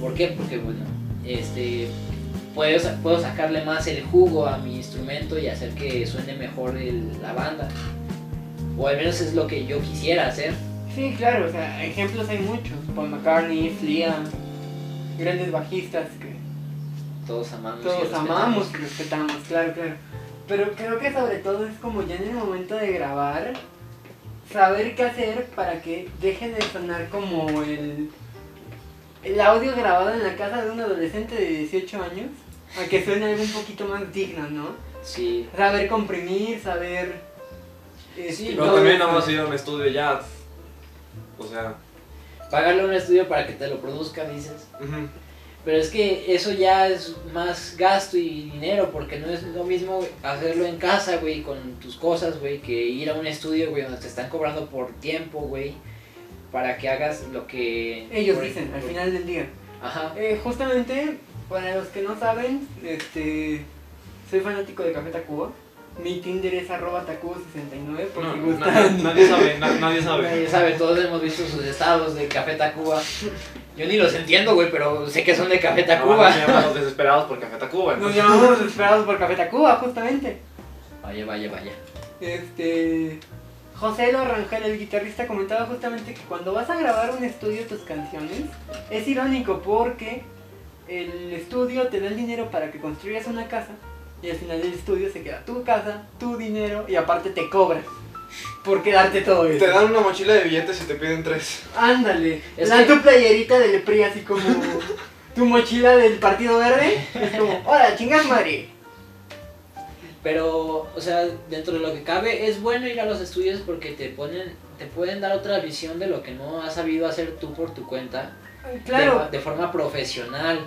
Speaker 2: ¿Por qué? Porque, bueno, este, puedo, sa- puedo sacarle más el jugo a mi instrumento y hacer que suene mejor el- la banda. O al menos es lo que yo quisiera hacer.
Speaker 1: Sí, claro, o sea, ejemplos hay muchos. Paul McCartney, Flea, grandes bajistas que
Speaker 2: Todos amamos. y
Speaker 1: todos
Speaker 2: respetamos.
Speaker 1: amamos y respetamos, claro, claro. Pero creo que sobre todo es como ya en el momento de grabar, saber qué hacer para que deje de sonar como el, el audio grabado en la casa de un adolescente de 18 años, a que suene algo un poquito más digno, ¿no?
Speaker 2: Sí.
Speaker 1: Saber comprimir, saber... este,
Speaker 2: Sí,
Speaker 3: Pero
Speaker 1: todo
Speaker 3: también
Speaker 1: eso.
Speaker 3: nada más ir a un estudio ya. O sea.
Speaker 2: Pagarle a un estudio para que te lo produzca, dices.
Speaker 3: ujú.
Speaker 2: Pero es que eso ya es más gasto y dinero, porque no es lo mismo hacerlo en casa, güey, con tus cosas, güey, que ir a un estudio, güey, donde te están cobrando por tiempo, güey, para que hagas lo que...
Speaker 1: Ellos
Speaker 2: por-
Speaker 1: dicen, al
Speaker 2: por-
Speaker 1: final del día.
Speaker 2: Ajá.
Speaker 1: Eh, justamente, para los que no saben, este, soy fanático de Café Tacuba. Mi Tinder es arroba tacuba69 porque
Speaker 3: No,
Speaker 1: gusta.
Speaker 3: na- nadie sabe, na- nadie
Speaker 2: Nadie
Speaker 3: sabe.
Speaker 2: sabe, todos hemos visto sus estados de Café Tacuba. Yo ni los entiendo, güey, pero sé que son de
Speaker 1: Ah,
Speaker 2: Café
Speaker 3: Ahora se
Speaker 2: Tacuba.
Speaker 3: llaman los desesperados por Café Tacuba.
Speaker 1: Nos
Speaker 3: entonces-
Speaker 1: llamamos los desesperados por Café Tacuba, justamente.
Speaker 2: Vaya, vaya, vaya.
Speaker 1: Este, José Lo Rangel, el guitarrista, comentaba justamente que cuando vas a grabar un estudio tus canciones, es irónico porque el estudio te da el dinero para que construyas una casa y al final del estudio se queda tu casa, tu dinero y aparte te cobran por quedarte todo eso.
Speaker 4: Te dan una mochila de billetes y te piden tres.
Speaker 1: Ándale,
Speaker 2: Es
Speaker 1: dan
Speaker 2: que-
Speaker 1: tu playerita del PRI así como tu mochila del Partido Verde. Es como, hola, chingas madre.
Speaker 2: Pero, o sea, dentro de lo que cabe, es bueno ir a los estudios porque te ponen, te pueden dar otra visión de lo que no has sabido hacer tú por tu cuenta. de-
Speaker 1: Claro,
Speaker 2: De, forma profesional.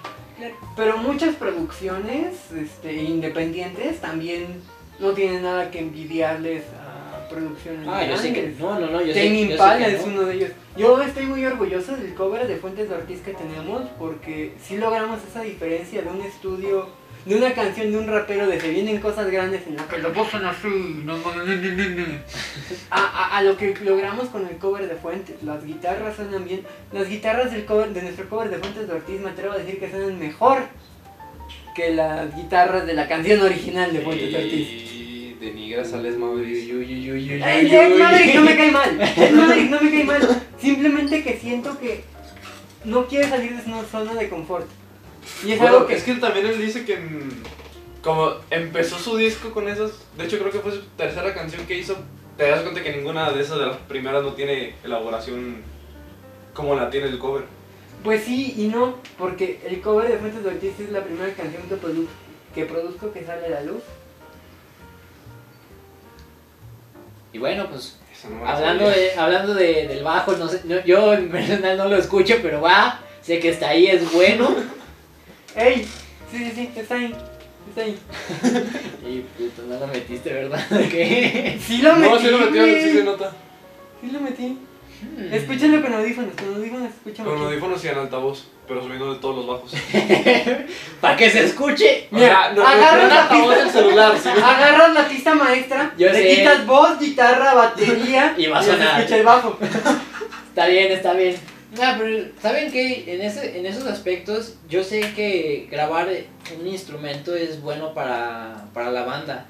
Speaker 1: pero muchas producciones este, independientes también no tienen nada que envidiarles a producciones
Speaker 2: Ah, yo sé que.
Speaker 1: grandes.
Speaker 2: No, no, no, yo sé,
Speaker 1: Tame
Speaker 2: yo sé
Speaker 1: Impala
Speaker 2: que
Speaker 1: es
Speaker 2: no.
Speaker 1: uno de ellos. Yo estoy muy orgulloso del cover de Fuentes de Ortiz que tenemos porque sí logramos esa diferencia de un estudio, de una canción de un rapero de Se vienen cosas grandes en la que lo posan así, no, no, no, no, no, no. a, a, a lo que logramos con el cover de Fuentes. Las guitarras suenan bien. Las guitarras del cover, de nuestro cover de Fuentes de Ortiz me atrevo a decir que suenan mejor que las guitarras de la canción original de Fuentes de Ortiz.
Speaker 4: Y denigras a Les Maverick. Yu, yu, yu, yu,
Speaker 1: El
Speaker 4: yu, yu,
Speaker 1: Maverick
Speaker 4: yu.
Speaker 1: no me cae mal. Ed Maverick no me cae mal. Simplemente que siento que no quiere salir de su zona de confort. Y es
Speaker 4: Bueno, pues,
Speaker 1: algo que.
Speaker 4: es que también él dice que en- como empezó su disco con esas, de hecho creo que fue su tercera canción que hizo, te das cuenta que ninguna de esas de las primeras no tiene elaboración como la tiene el cover.
Speaker 1: Pues sí y no, porque el cover de Fuentes de Ortiz es la primera canción que produzco que, produzco que sale a la luz.
Speaker 2: Y bueno, pues,
Speaker 4: Esa no me la
Speaker 2: hablando,
Speaker 4: sabía.
Speaker 2: de, hablando de- del bajo, no sé, no- yo en personal no lo escucho, pero va, sé que está ahí, es bueno.
Speaker 1: ¡Ey! Sí, sí, sí, está ahí. Está ahí.
Speaker 2: y puto, no lo metiste, ¿verdad? ¿Qué?
Speaker 1: Sí lo metí.
Speaker 4: No, sí lo metió, sí se
Speaker 1: güey.
Speaker 4: nota.
Speaker 1: Sí lo metí.
Speaker 2: Mm.
Speaker 1: Escúchalo con audífonos, con audífonos, escúchalo.
Speaker 4: Con audífonos y en altavoz, pero subiendo de todos los bajos.
Speaker 2: Para que se escuche.
Speaker 1: Mira, agarra
Speaker 4: agarra
Speaker 1: la pista.
Speaker 4: el celular, sí.
Speaker 1: Agarras la pista maestra,
Speaker 2: Yo
Speaker 1: le
Speaker 2: sé.
Speaker 1: quitas voz, guitarra, batería
Speaker 2: Y va a
Speaker 1: se
Speaker 2: sonar.
Speaker 1: escucha el bajo.
Speaker 2: Está bien, está bien. Ah, pero saben que en, ese, en esos aspectos yo sé que grabar un instrumento es bueno para, para la banda.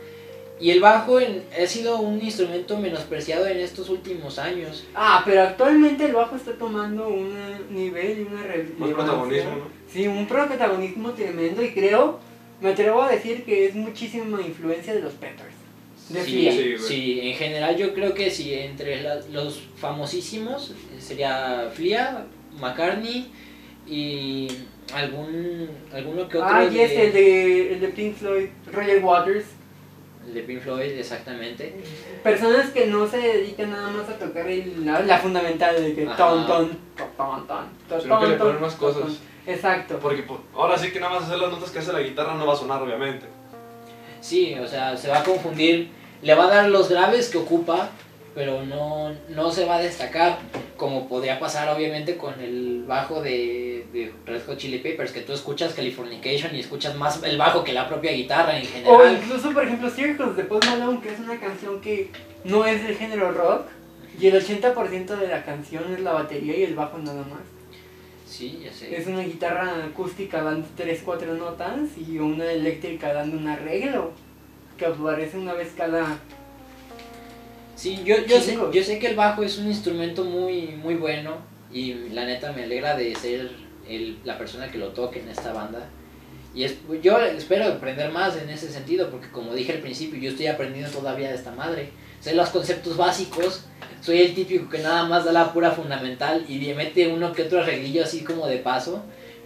Speaker 2: Y el bajo en- ha sido un instrumento menospreciado en estos últimos años.
Speaker 1: Ah, pero actualmente el bajo está tomando un nivel y una relevancia.
Speaker 4: Más protagonismo, ¿no?
Speaker 1: Sí, un protagonismo tremendo y creo, me atrevo a decir que es muchísima influencia de los Peppers. De
Speaker 2: Sí,
Speaker 1: Flea.
Speaker 4: Sí, güey.
Speaker 2: sí, en general yo creo que sí, entre la- los famosísimos eh, sería Flia, McCartney y algún alguno que otro
Speaker 1: Ah, y es
Speaker 2: de,
Speaker 1: el de, el de Pink Floyd, Roger Waters.
Speaker 2: el de Pink Floyd, exactamente.
Speaker 1: Personas que no se dedican nada más a tocar el- la, la fundamental de que
Speaker 2: Ajá.
Speaker 1: ton, ton, ton, ton, ton, ton,
Speaker 4: Sino que le
Speaker 1: ton,
Speaker 4: ponen más
Speaker 1: ton, ton.
Speaker 4: cosas.
Speaker 1: Exacto.
Speaker 4: Porque pues, ahora sí que nada más hacer las notas que hace la guitarra no va a sonar, obviamente.
Speaker 2: Sí, o sea, se va a confundir, le va a dar los graves que ocupa, pero no, no se va a destacar, como podría pasar obviamente con el bajo de, de Red Hot Chili Peppers, que tú escuchas Californication y escuchas más el bajo que la propia guitarra en
Speaker 1: O
Speaker 2: general.
Speaker 1: incluso, por ejemplo, Circles de Post Malone, que es una canción que no es del género rock. Y el 80% de la canción es la batería y el bajo nada más.
Speaker 2: Sí, ya sé.
Speaker 1: Es una guitarra acústica dando 3, 4 notas y una eléctrica dando un arreglo. Que aparece una vez cada...
Speaker 2: Sí, yo, yo, sé,
Speaker 1: Chingos.
Speaker 2: yo sé que el bajo es un instrumento muy, muy bueno y la neta me alegra de ser el- la persona que lo toque en esta banda. Y es- yo espero aprender más en ese sentido porque como dije al principio, yo estoy aprendiendo todavía de esta madre. Sé los conceptos básicos, soy el típico que nada más da la pura fundamental y le mete uno que otro arreglillo así como de paso,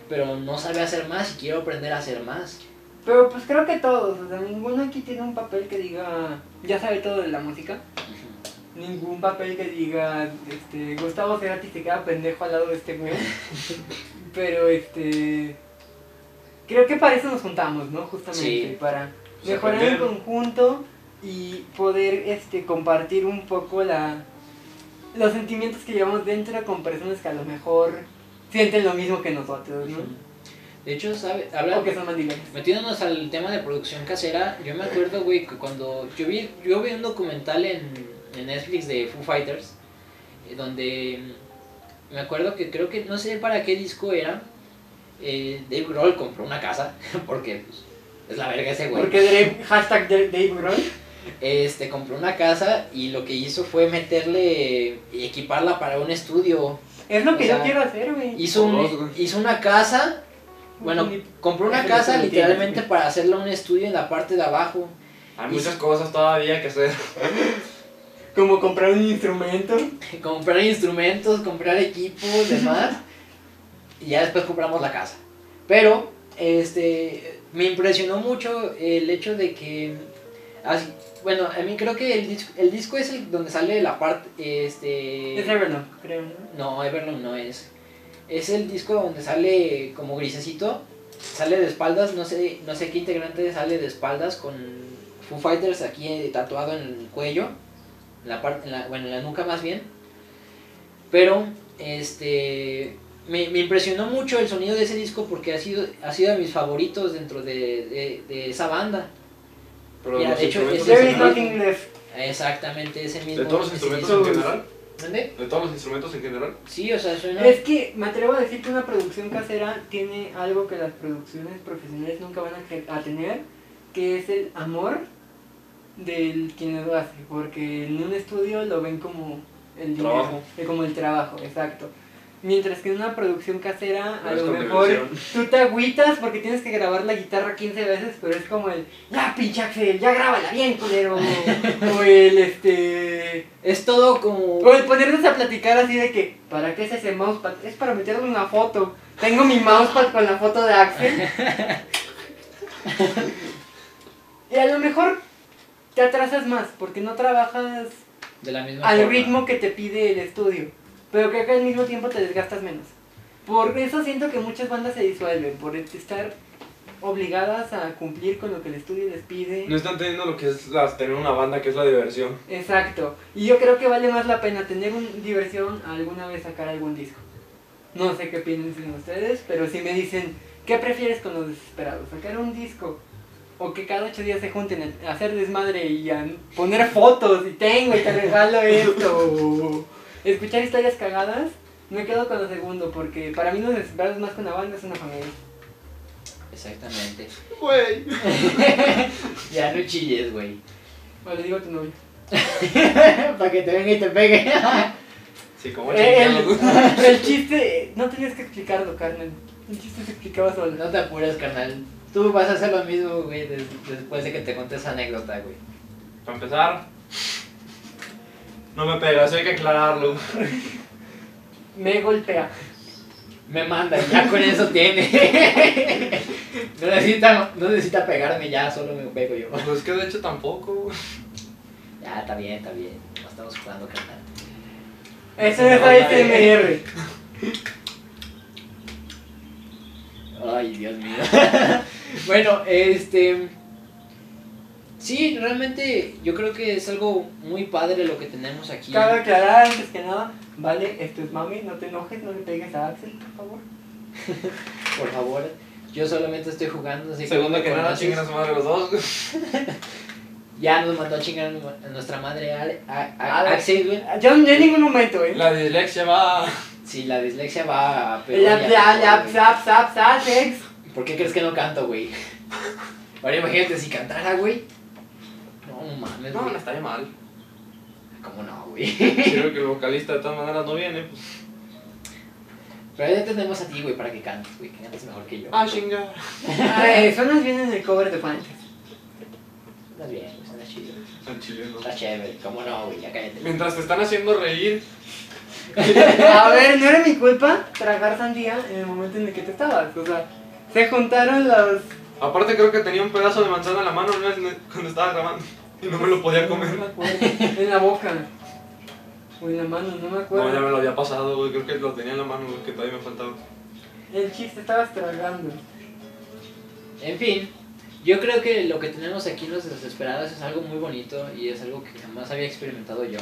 Speaker 2: pero no sabe hacer más y quiero aprender a hacer más.
Speaker 1: Pero pues creo que todos, o sea, ninguno aquí tiene un papel que diga... Ya sabe todo de la música. Ningún papel que diga, este, Gustavo Cerati se queda pendejo al lado de este güey. Pero este. Creo que para eso nos juntamos, ¿no? Justamente,
Speaker 2: Sí.
Speaker 1: para
Speaker 4: Pues
Speaker 1: mejorar en
Speaker 4: aprender.
Speaker 1: conjunto y poder este, compartir un poco la, los sentimientos que llevamos dentro con personas que a lo mejor sienten lo mismo que nosotros, ¿no?
Speaker 2: De hecho, sabe, habla
Speaker 1: O que son mandilones.
Speaker 2: Metiéndonos al tema de producción casera, yo me acuerdo, güey, que cuando yo vi, yo vi un documental en, en Netflix de Foo Fighters, eh, donde mm, me acuerdo que creo que, no sé para qué disco era, eh, Dave Grohl compró una casa, porque pues, es la verga ese güey.
Speaker 1: Porque Dre- hashtag Dre- Dave Grohl.
Speaker 2: este, compró una casa y lo que hizo fue meterle y equiparla para un estudio.
Speaker 1: Es lo que
Speaker 2: O
Speaker 1: yo
Speaker 2: sea,
Speaker 1: quiero hacer, güey.
Speaker 2: Hizo, un-
Speaker 4: Todos, güey.
Speaker 2: hizo una casa, bueno,
Speaker 1: Ni-
Speaker 2: compró una
Speaker 1: ni-
Speaker 2: casa
Speaker 1: ni-
Speaker 2: literalmente para hacerle un estudio en la parte de abajo.
Speaker 4: Hay
Speaker 2: Y-
Speaker 4: muchas cosas todavía que hacer.
Speaker 1: Como comprar un instrumento.
Speaker 2: comprar instrumentos, comprar equipos, demás. y ya después compramos la casa. Pero, este, me impresionó mucho el hecho de que, así- bueno, a mí creo que el, dis- el disco es el donde sale la parte, este...
Speaker 1: Es Evernote, creo, ¿no?
Speaker 2: No, Everlong no es. Es el disco donde sale como grisecito, sale de espaldas, no sé, no sé qué integrante sale de espaldas con Foo Fighters aquí eh, tatuado en el cuello, en la parte, en la- bueno, en la nuca más bien. Pero, este, me, me impresionó mucho el sonido de ese disco porque ha sido, ha sido de mis favoritos dentro de, de- de esa banda.
Speaker 4: Pero
Speaker 2: Mira,
Speaker 4: los
Speaker 2: de hecho,
Speaker 4: instrumentos
Speaker 2: ese-
Speaker 4: en
Speaker 1: There is
Speaker 4: general-
Speaker 1: nothing left.
Speaker 2: Exactamente, ese mismo.
Speaker 4: de todos los
Speaker 2: ese
Speaker 4: instrumentos
Speaker 2: mismo-
Speaker 4: en general.
Speaker 2: ¿Dónde?
Speaker 4: De todos los instrumentos en general.
Speaker 2: Sí, o sea, suena...
Speaker 1: Es que me atrevo a decir que una producción casera tiene algo que las producciones profesionales nunca van a, ge- a tener, que es el amor del quien lo hace, porque en un estudio lo ven como el dinero,
Speaker 4: Trabajo.
Speaker 1: eh, como el trabajo, exacto. Mientras que en una producción casera a
Speaker 4: Es
Speaker 1: lo
Speaker 4: como
Speaker 1: mejor
Speaker 4: diversión.
Speaker 1: tú te agüitas porque tienes que grabar la guitarra 15 veces, pero es como el ya pinche Axel, ya grábala bien culero, o el este
Speaker 2: Es todo como...
Speaker 1: o el ponernos a platicar así de que, ¿para qué es ese mousepad? Es para meterle una foto. Tengo mi mousepad con la foto de Axel. y a lo mejor te atrasas más, porque no trabajas
Speaker 2: De la misma
Speaker 1: al
Speaker 2: forma.
Speaker 1: ritmo que te pide el estudio. Pero creo que al mismo tiempo te desgastas menos. Por eso siento que muchas bandas se disuelven, por estar obligadas a cumplir con lo que el estudio les pide.
Speaker 4: No están teniendo lo que es las, tener una banda que es la diversión.
Speaker 1: Exacto. Y yo creo que vale más la pena tener un diversión a alguna vez sacar algún disco. No sé qué piensen ustedes, pero si me dicen, ¿qué prefieres con los desesperados? ¿Sacar un disco? O que cada ocho días se junten a hacer desmadre y a poner fotos y tengo y te regalo esto. o Escuchar historias cagadas, me quedo con lo segundo, porque para mí los desesperados más que una banda es una familia.
Speaker 2: Exactamente.
Speaker 4: Güey.
Speaker 2: Ya no chilles, güey.
Speaker 1: O le digo a tu novio.
Speaker 2: Para que te venga y te pegue.
Speaker 4: Sí, como
Speaker 1: El,
Speaker 4: chingados.
Speaker 1: el chiste, eh, no tenías que explicarlo, Carmen. El chiste se explicaba solo.
Speaker 2: no te apures, carnal. Tú vas a hacer lo mismo, güey, des- después de que te conté esa anécdota, güey.
Speaker 4: Para empezar, no me pegas, hay que aclararlo.
Speaker 1: Me golpea.
Speaker 2: Me manda, ya con eso tiene. no, necesita, no necesita pegarme ya, solo me pego yo.
Speaker 4: Pues es que de hecho tampoco.
Speaker 2: Ya, está bien, está bien. No estamos jugando, carnal.
Speaker 1: Eso es ASMR.
Speaker 2: Ay, Dios mío. bueno, este. Sí, realmente yo creo que es algo muy padre lo que tenemos aquí.
Speaker 1: Cabe aclarar antes que nada, vale, esto es mami, no te enojes, no le pegues a Axel, por favor.
Speaker 2: Por favor, yo solamente estoy jugando. Así
Speaker 4: Segundo
Speaker 2: me
Speaker 4: que nada,
Speaker 2: conoces.
Speaker 4: chinguen a su madre los dos.
Speaker 2: Ya nos mandó a chingar a nuestra madre Ale- a, a-
Speaker 1: Ale.
Speaker 2: Axel, güey.
Speaker 1: Yo no en ningún momento, eh.
Speaker 4: La dislexia va.
Speaker 2: Sí, la dislexia va a peor.
Speaker 1: La
Speaker 2: ya,
Speaker 1: la la
Speaker 2: güey.
Speaker 1: zap zap zap ex.
Speaker 2: ¿Por qué crees que no canto, güey? Ahora imagínate si cantara, güey. No mames,
Speaker 4: No,
Speaker 2: güey.
Speaker 4: no estaría mal.
Speaker 2: ¿Cómo no, güey?
Speaker 4: Creo que el vocalista de todas maneras no viene. Pues.
Speaker 2: Pero ya tenemos a ti, güey, para que cantes, güey. Que cantes mejor que yo.
Speaker 4: Ah, chinga.
Speaker 1: Ay, Suenas bien en el cover de Panchas.
Speaker 2: Estás bien, güey, estás chido.
Speaker 4: Son chilenos.
Speaker 2: Estás chévere. ¿Cómo no, güey? Ya cállate.
Speaker 4: Mientras te están haciendo reír,
Speaker 1: A ver, no era mi culpa tragar sandía en el momento en el que te estabas. O sea, se juntaron los.
Speaker 4: aparte creo que tenía un pedazo de manzana en la mano una vez ne- cuando estaba grabando y no me lo podía
Speaker 1: No me
Speaker 4: comer.
Speaker 1: acuerdo. En la boca. O en la mano, no me
Speaker 4: No, ya
Speaker 1: acuerdo.
Speaker 4: me lo había pasado, güey. Creo que lo tenía en la mano, güey, que todavía me faltaba.
Speaker 1: El chiste estabas tragando.
Speaker 2: En fin, yo creo que lo que tenemos aquí en Los Desesperados es algo muy bonito y es algo que jamás había experimentado yo.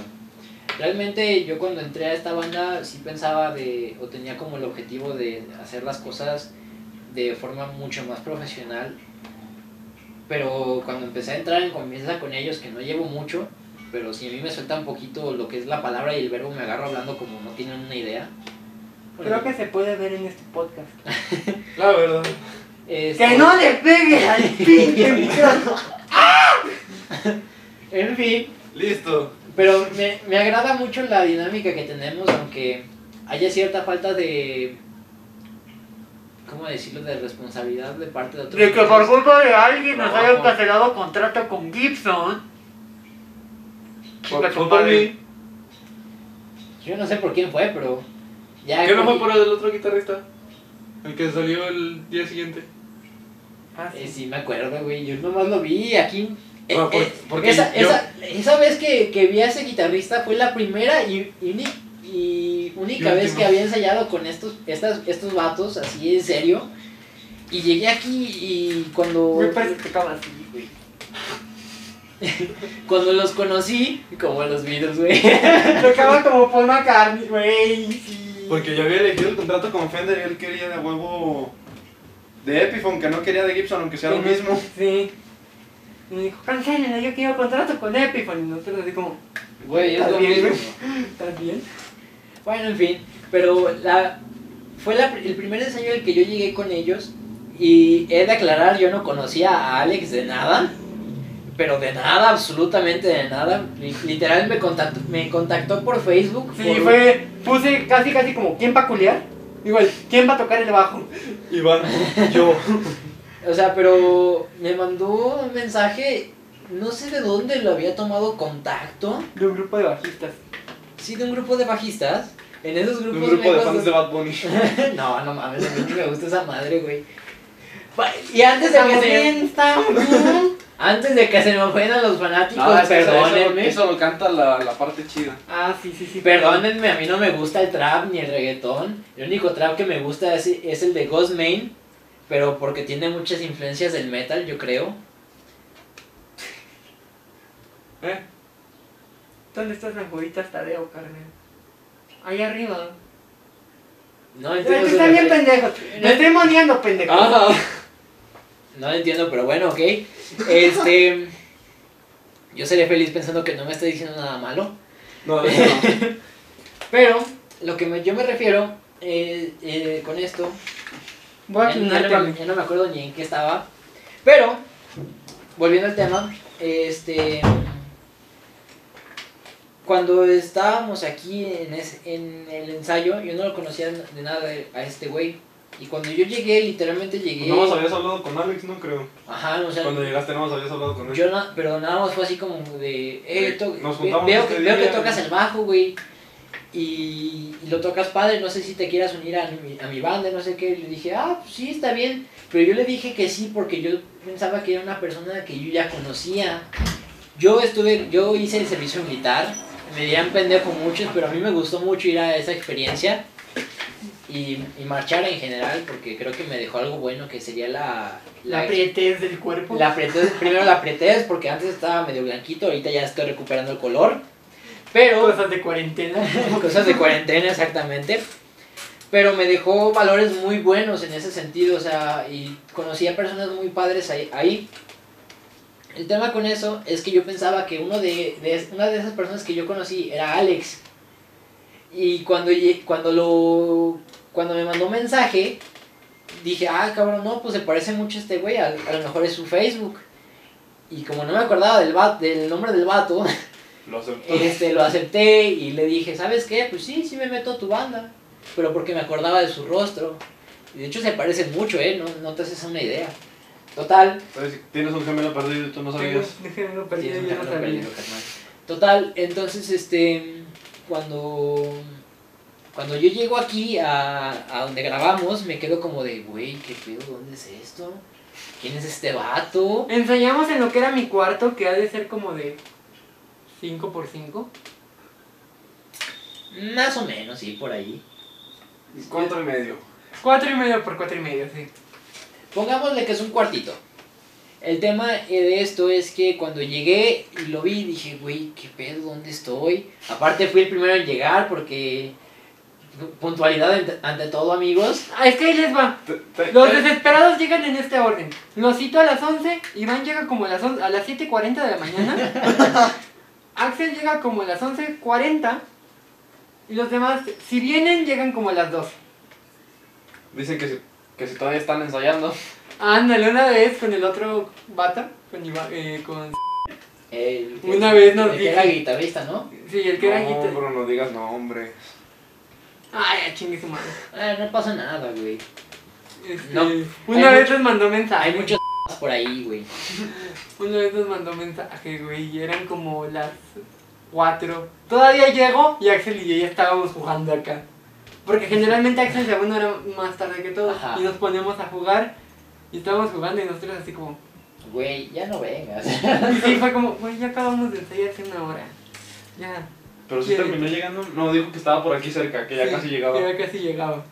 Speaker 2: Realmente yo cuando entré a esta banda sí pensaba de, o tenía como el objetivo de hacer las cosas de forma mucho más profesional, pero cuando empecé a entrar en confianza con ellos, que no llevo mucho, pero si a mí me suelta un poquito lo que es la palabra y el verbo, me agarro hablando como no tienen una idea.
Speaker 1: Creo que se puede ver en este podcast.
Speaker 4: La verdad.
Speaker 2: Este-
Speaker 1: ¡Que no le pegue al pinche micrófono!
Speaker 2: En fin,
Speaker 4: Listo.
Speaker 2: pero me, me agrada mucho la dinámica que tenemos, aunque haya cierta falta de. ¿Cómo decirlo? De responsabilidad de parte de otros.
Speaker 5: De que por culpa de alguien nos
Speaker 2: No,
Speaker 5: hayan
Speaker 2: no.
Speaker 5: cancelado contrato con Gibson. Chica
Speaker 4: Por-
Speaker 5: tu
Speaker 4: por
Speaker 5: madre.
Speaker 4: mí.
Speaker 2: Yo no sé por quién fue, pero. Ya
Speaker 4: ¿Qué no fue
Speaker 2: con-
Speaker 4: por el otro guitarrista? El que salió el día siguiente.
Speaker 5: Ah,
Speaker 2: Eh,
Speaker 5: sí.
Speaker 2: sí, me acuerdo, güey. Yo nomás lo vi aquí. Eh,
Speaker 4: Bueno, por-
Speaker 2: eh,
Speaker 4: porque
Speaker 2: esa,
Speaker 4: yo-
Speaker 2: esa, esa vez que, que vi a ese guitarrista fue la primera y, y uni- y única
Speaker 4: Y
Speaker 2: vez
Speaker 4: última.
Speaker 2: que había ensayado con estos, estas, estos vatos, así en serio. Y llegué aquí y cuando,
Speaker 5: Güey,
Speaker 1: pues,
Speaker 5: parece que tocaba así, güey.
Speaker 2: cuando los conocí, como en los videos, güey.
Speaker 1: Tocaba como Paul McCartney, güey. Sí.
Speaker 4: Porque yo había elegido el contrato con Fender y él quería de huevo de Epiphone, que no quería de Gibson, aunque sea lo mismo.
Speaker 1: Sí. Y me dijo, cancelen, yo quiero contrato con Epiphone. Y nosotros así como,
Speaker 2: Güey, es lo
Speaker 1: También,
Speaker 2: mismo.
Speaker 1: ¿estás bien?
Speaker 2: Bueno, en fin, pero la, fue la, pr- el primer ensayo al que yo llegué con ellos y he de aclarar, yo no conocía a Alex de nada, pero de nada, absolutamente de nada. Li- Literal me contactó, me contactó por Facebook.
Speaker 1: Sí,
Speaker 2: por-
Speaker 1: fue, puse casi casi como, ¿quién va a culiar? Igual, ¿quién va a tocar el bajo?
Speaker 4: Iván, yo.
Speaker 2: O sea, pero me mandó un mensaje, no sé de dónde lo había tomado contacto,
Speaker 1: De un grupo de bajistas.
Speaker 2: sí, de un grupo de bajistas. En esos
Speaker 4: De
Speaker 2: grupos
Speaker 4: un grupo de
Speaker 2: mecos
Speaker 4: fans
Speaker 2: donde-
Speaker 4: de Bad Bunny.
Speaker 2: no, no mames, a mí ni me gusta esa madre, güey. Pa- Y antes de que
Speaker 1: Estamos
Speaker 2: se...
Speaker 1: bien, estamos bien.
Speaker 2: Antes de que se me ofendan los fanáticos,
Speaker 4: Ah, es que eso-
Speaker 2: perdónenme.
Speaker 4: Eso, eso lo canta la, la parte chida.
Speaker 1: Ah, sí, sí, sí.
Speaker 2: Perdónenme, a mí no me gusta el trap ni el reggaetón. El único trap que me gusta es, es el de Ghost Main, pero porque tiene muchas influencias del metal, yo creo.
Speaker 4: ¿Eh?
Speaker 1: ¿Dónde estás las huevitas Tadeo, carnal? Ahí arriba.
Speaker 2: No
Speaker 1: Ustedes
Speaker 2: entiendo. su
Speaker 1: Están bien
Speaker 2: refer-
Speaker 1: pendejos. Me estoy moneando, pendejo.
Speaker 4: Ah,
Speaker 2: no entiendo, pero bueno, ok. Este. Yo seré feliz pensando que no me está diciendo nada malo.
Speaker 4: no, de hecho no. Pues
Speaker 2: Pero lo que me- yo me refiero eh, eh, con esto
Speaker 1: Voy a
Speaker 2: Ya- ya,
Speaker 1: chingar
Speaker 2: Ah, no me, ya no me acuerdo ni en qué estaba. Pero, volviendo al tema, este. Cuando estábamos aquí en, es- en el ensayo, yo no lo conocía de nada a este güey. Y cuando yo llegué, literalmente llegué.
Speaker 4: No nos habías hablado con Alex, no creo.
Speaker 2: Ajá, o sea,
Speaker 4: Cuando llegaste no nos habías hablado con él.
Speaker 2: yo na- pero nada más fue así como de, eh, to- ve-
Speaker 4: Nos juntamos
Speaker 2: veo,
Speaker 4: este
Speaker 2: que, veo que
Speaker 4: día.
Speaker 2: tocas el bajo, güey, y, y lo tocas padre, no sé si te quieras unir a mi, a mi banda, no sé qué, le dije, ah, pues sí, está bien, pero yo le dije que sí porque yo pensaba que era una persona que yo ya conocía, yo estuve, yo hice el servicio militar, me dirían pendejo muchos, pero a mí me gustó mucho ir a esa experiencia y, y marchar en general porque creo que me dejó algo bueno que sería la...
Speaker 1: La aprietez del cuerpo.
Speaker 2: La apreté- primero la apreté porque antes estaba medio blanquito, ahorita ya estoy recuperando el color. Pero
Speaker 1: Cosas de cuarentena.
Speaker 2: cosas de cuarentena exactamente. Pero me dejó valores muy buenos en ese sentido, o sea, y conocí a personas muy padres ahí. ahí. El tema con eso es que yo pensaba que uno de, de- una de esas personas que yo conocí era Alex. Y cuando, lle- cuando, lo, cuando me mandó mensaje, dije, ah, cabrón, no, pues se parece mucho a este güey, a, a lo mejor es su Facebook. Y como no me acordaba del, va- del nombre del vato,
Speaker 4: Lo aceptó.
Speaker 2: este, lo acepté y le dije, ¿sabes qué? Pues sí, sí me meto a tu banda, pero porque me acordaba de su rostro. Y de hecho se parecen mucho, ¿eh? No, no te haces una idea. Total,
Speaker 4: ¿Sabes? Tienes un gemelo perdido y tú no
Speaker 1: Tengo
Speaker 4: sabías.
Speaker 1: un género
Speaker 2: sí,
Speaker 1: perdido,
Speaker 2: es un
Speaker 1: yo no
Speaker 2: terreno
Speaker 1: sabía.
Speaker 2: perdido, carnal. Total, entonces, este, cuando, cuando yo llego aquí a, a donde grabamos, me quedo como de, güey, ¿qué pedo? ¿Dónde es esto? ¿Quién es este vato?
Speaker 1: Ensayamos en lo que era mi cuarto, que ha de ser como de 5 por 5
Speaker 2: Más o menos, sí, por ahí.
Speaker 4: Cuatro y medio.
Speaker 1: 4 y medio por 4 y medio, sí.
Speaker 2: Pongámosle que es un cuartito. El tema eh, de esto es que cuando llegué y lo vi, dije, güey, qué pedo, ¿dónde estoy? Aparte fui el primero en llegar porque puntualidad ante, ante todo, amigos.
Speaker 1: Ah, es que ahí les va.
Speaker 4: Te- te-
Speaker 1: Los
Speaker 4: te-
Speaker 1: desesperados llegan en este orden. Los cito a las 11, Iván llega como a las, on- a las 7.40 de la mañana. Axel llega como a las 11.40. Y los demás, si vienen, llegan como a las 2.
Speaker 4: Dicen que si, que si todavía están ensayando.
Speaker 1: Ándale, una vez con el otro bata, con, Iva- eh, con...
Speaker 2: El que-
Speaker 1: Una vez nos
Speaker 2: el que era
Speaker 1: dije-
Speaker 2: guitarrista, ¿no?
Speaker 1: Sí, el que era
Speaker 4: No,
Speaker 1: guitarrista.
Speaker 4: bro, no digas no, hombre.
Speaker 1: Ay, a chingue su madre.
Speaker 2: Ah, no pasa nada, güey.
Speaker 1: Este,
Speaker 2: No.
Speaker 1: Una
Speaker 2: Hay
Speaker 1: vez les mandó mensaje.
Speaker 2: Hay muchos por ahí, güey.
Speaker 1: Una vez nos mandó mensaje, güey, y eran como las 4. Todavía llego y Axel y yo ya estábamos jugando acá. Porque generalmente Axel se va una hora más tarde que todos.
Speaker 2: Ajá.
Speaker 1: Y nos poníamos a jugar y estábamos jugando y nosotros así como...
Speaker 2: Güey, ya no vengas.
Speaker 1: Y sí, fue como, güey, ya acabamos de ensayar hace una hora. Ya.
Speaker 4: Pero sí
Speaker 1: Sí.
Speaker 4: terminó llegando. No, dijo que estaba por aquí cerca, que ya
Speaker 1: Sí,
Speaker 4: casi llegaba.
Speaker 1: Ya casi llegaba.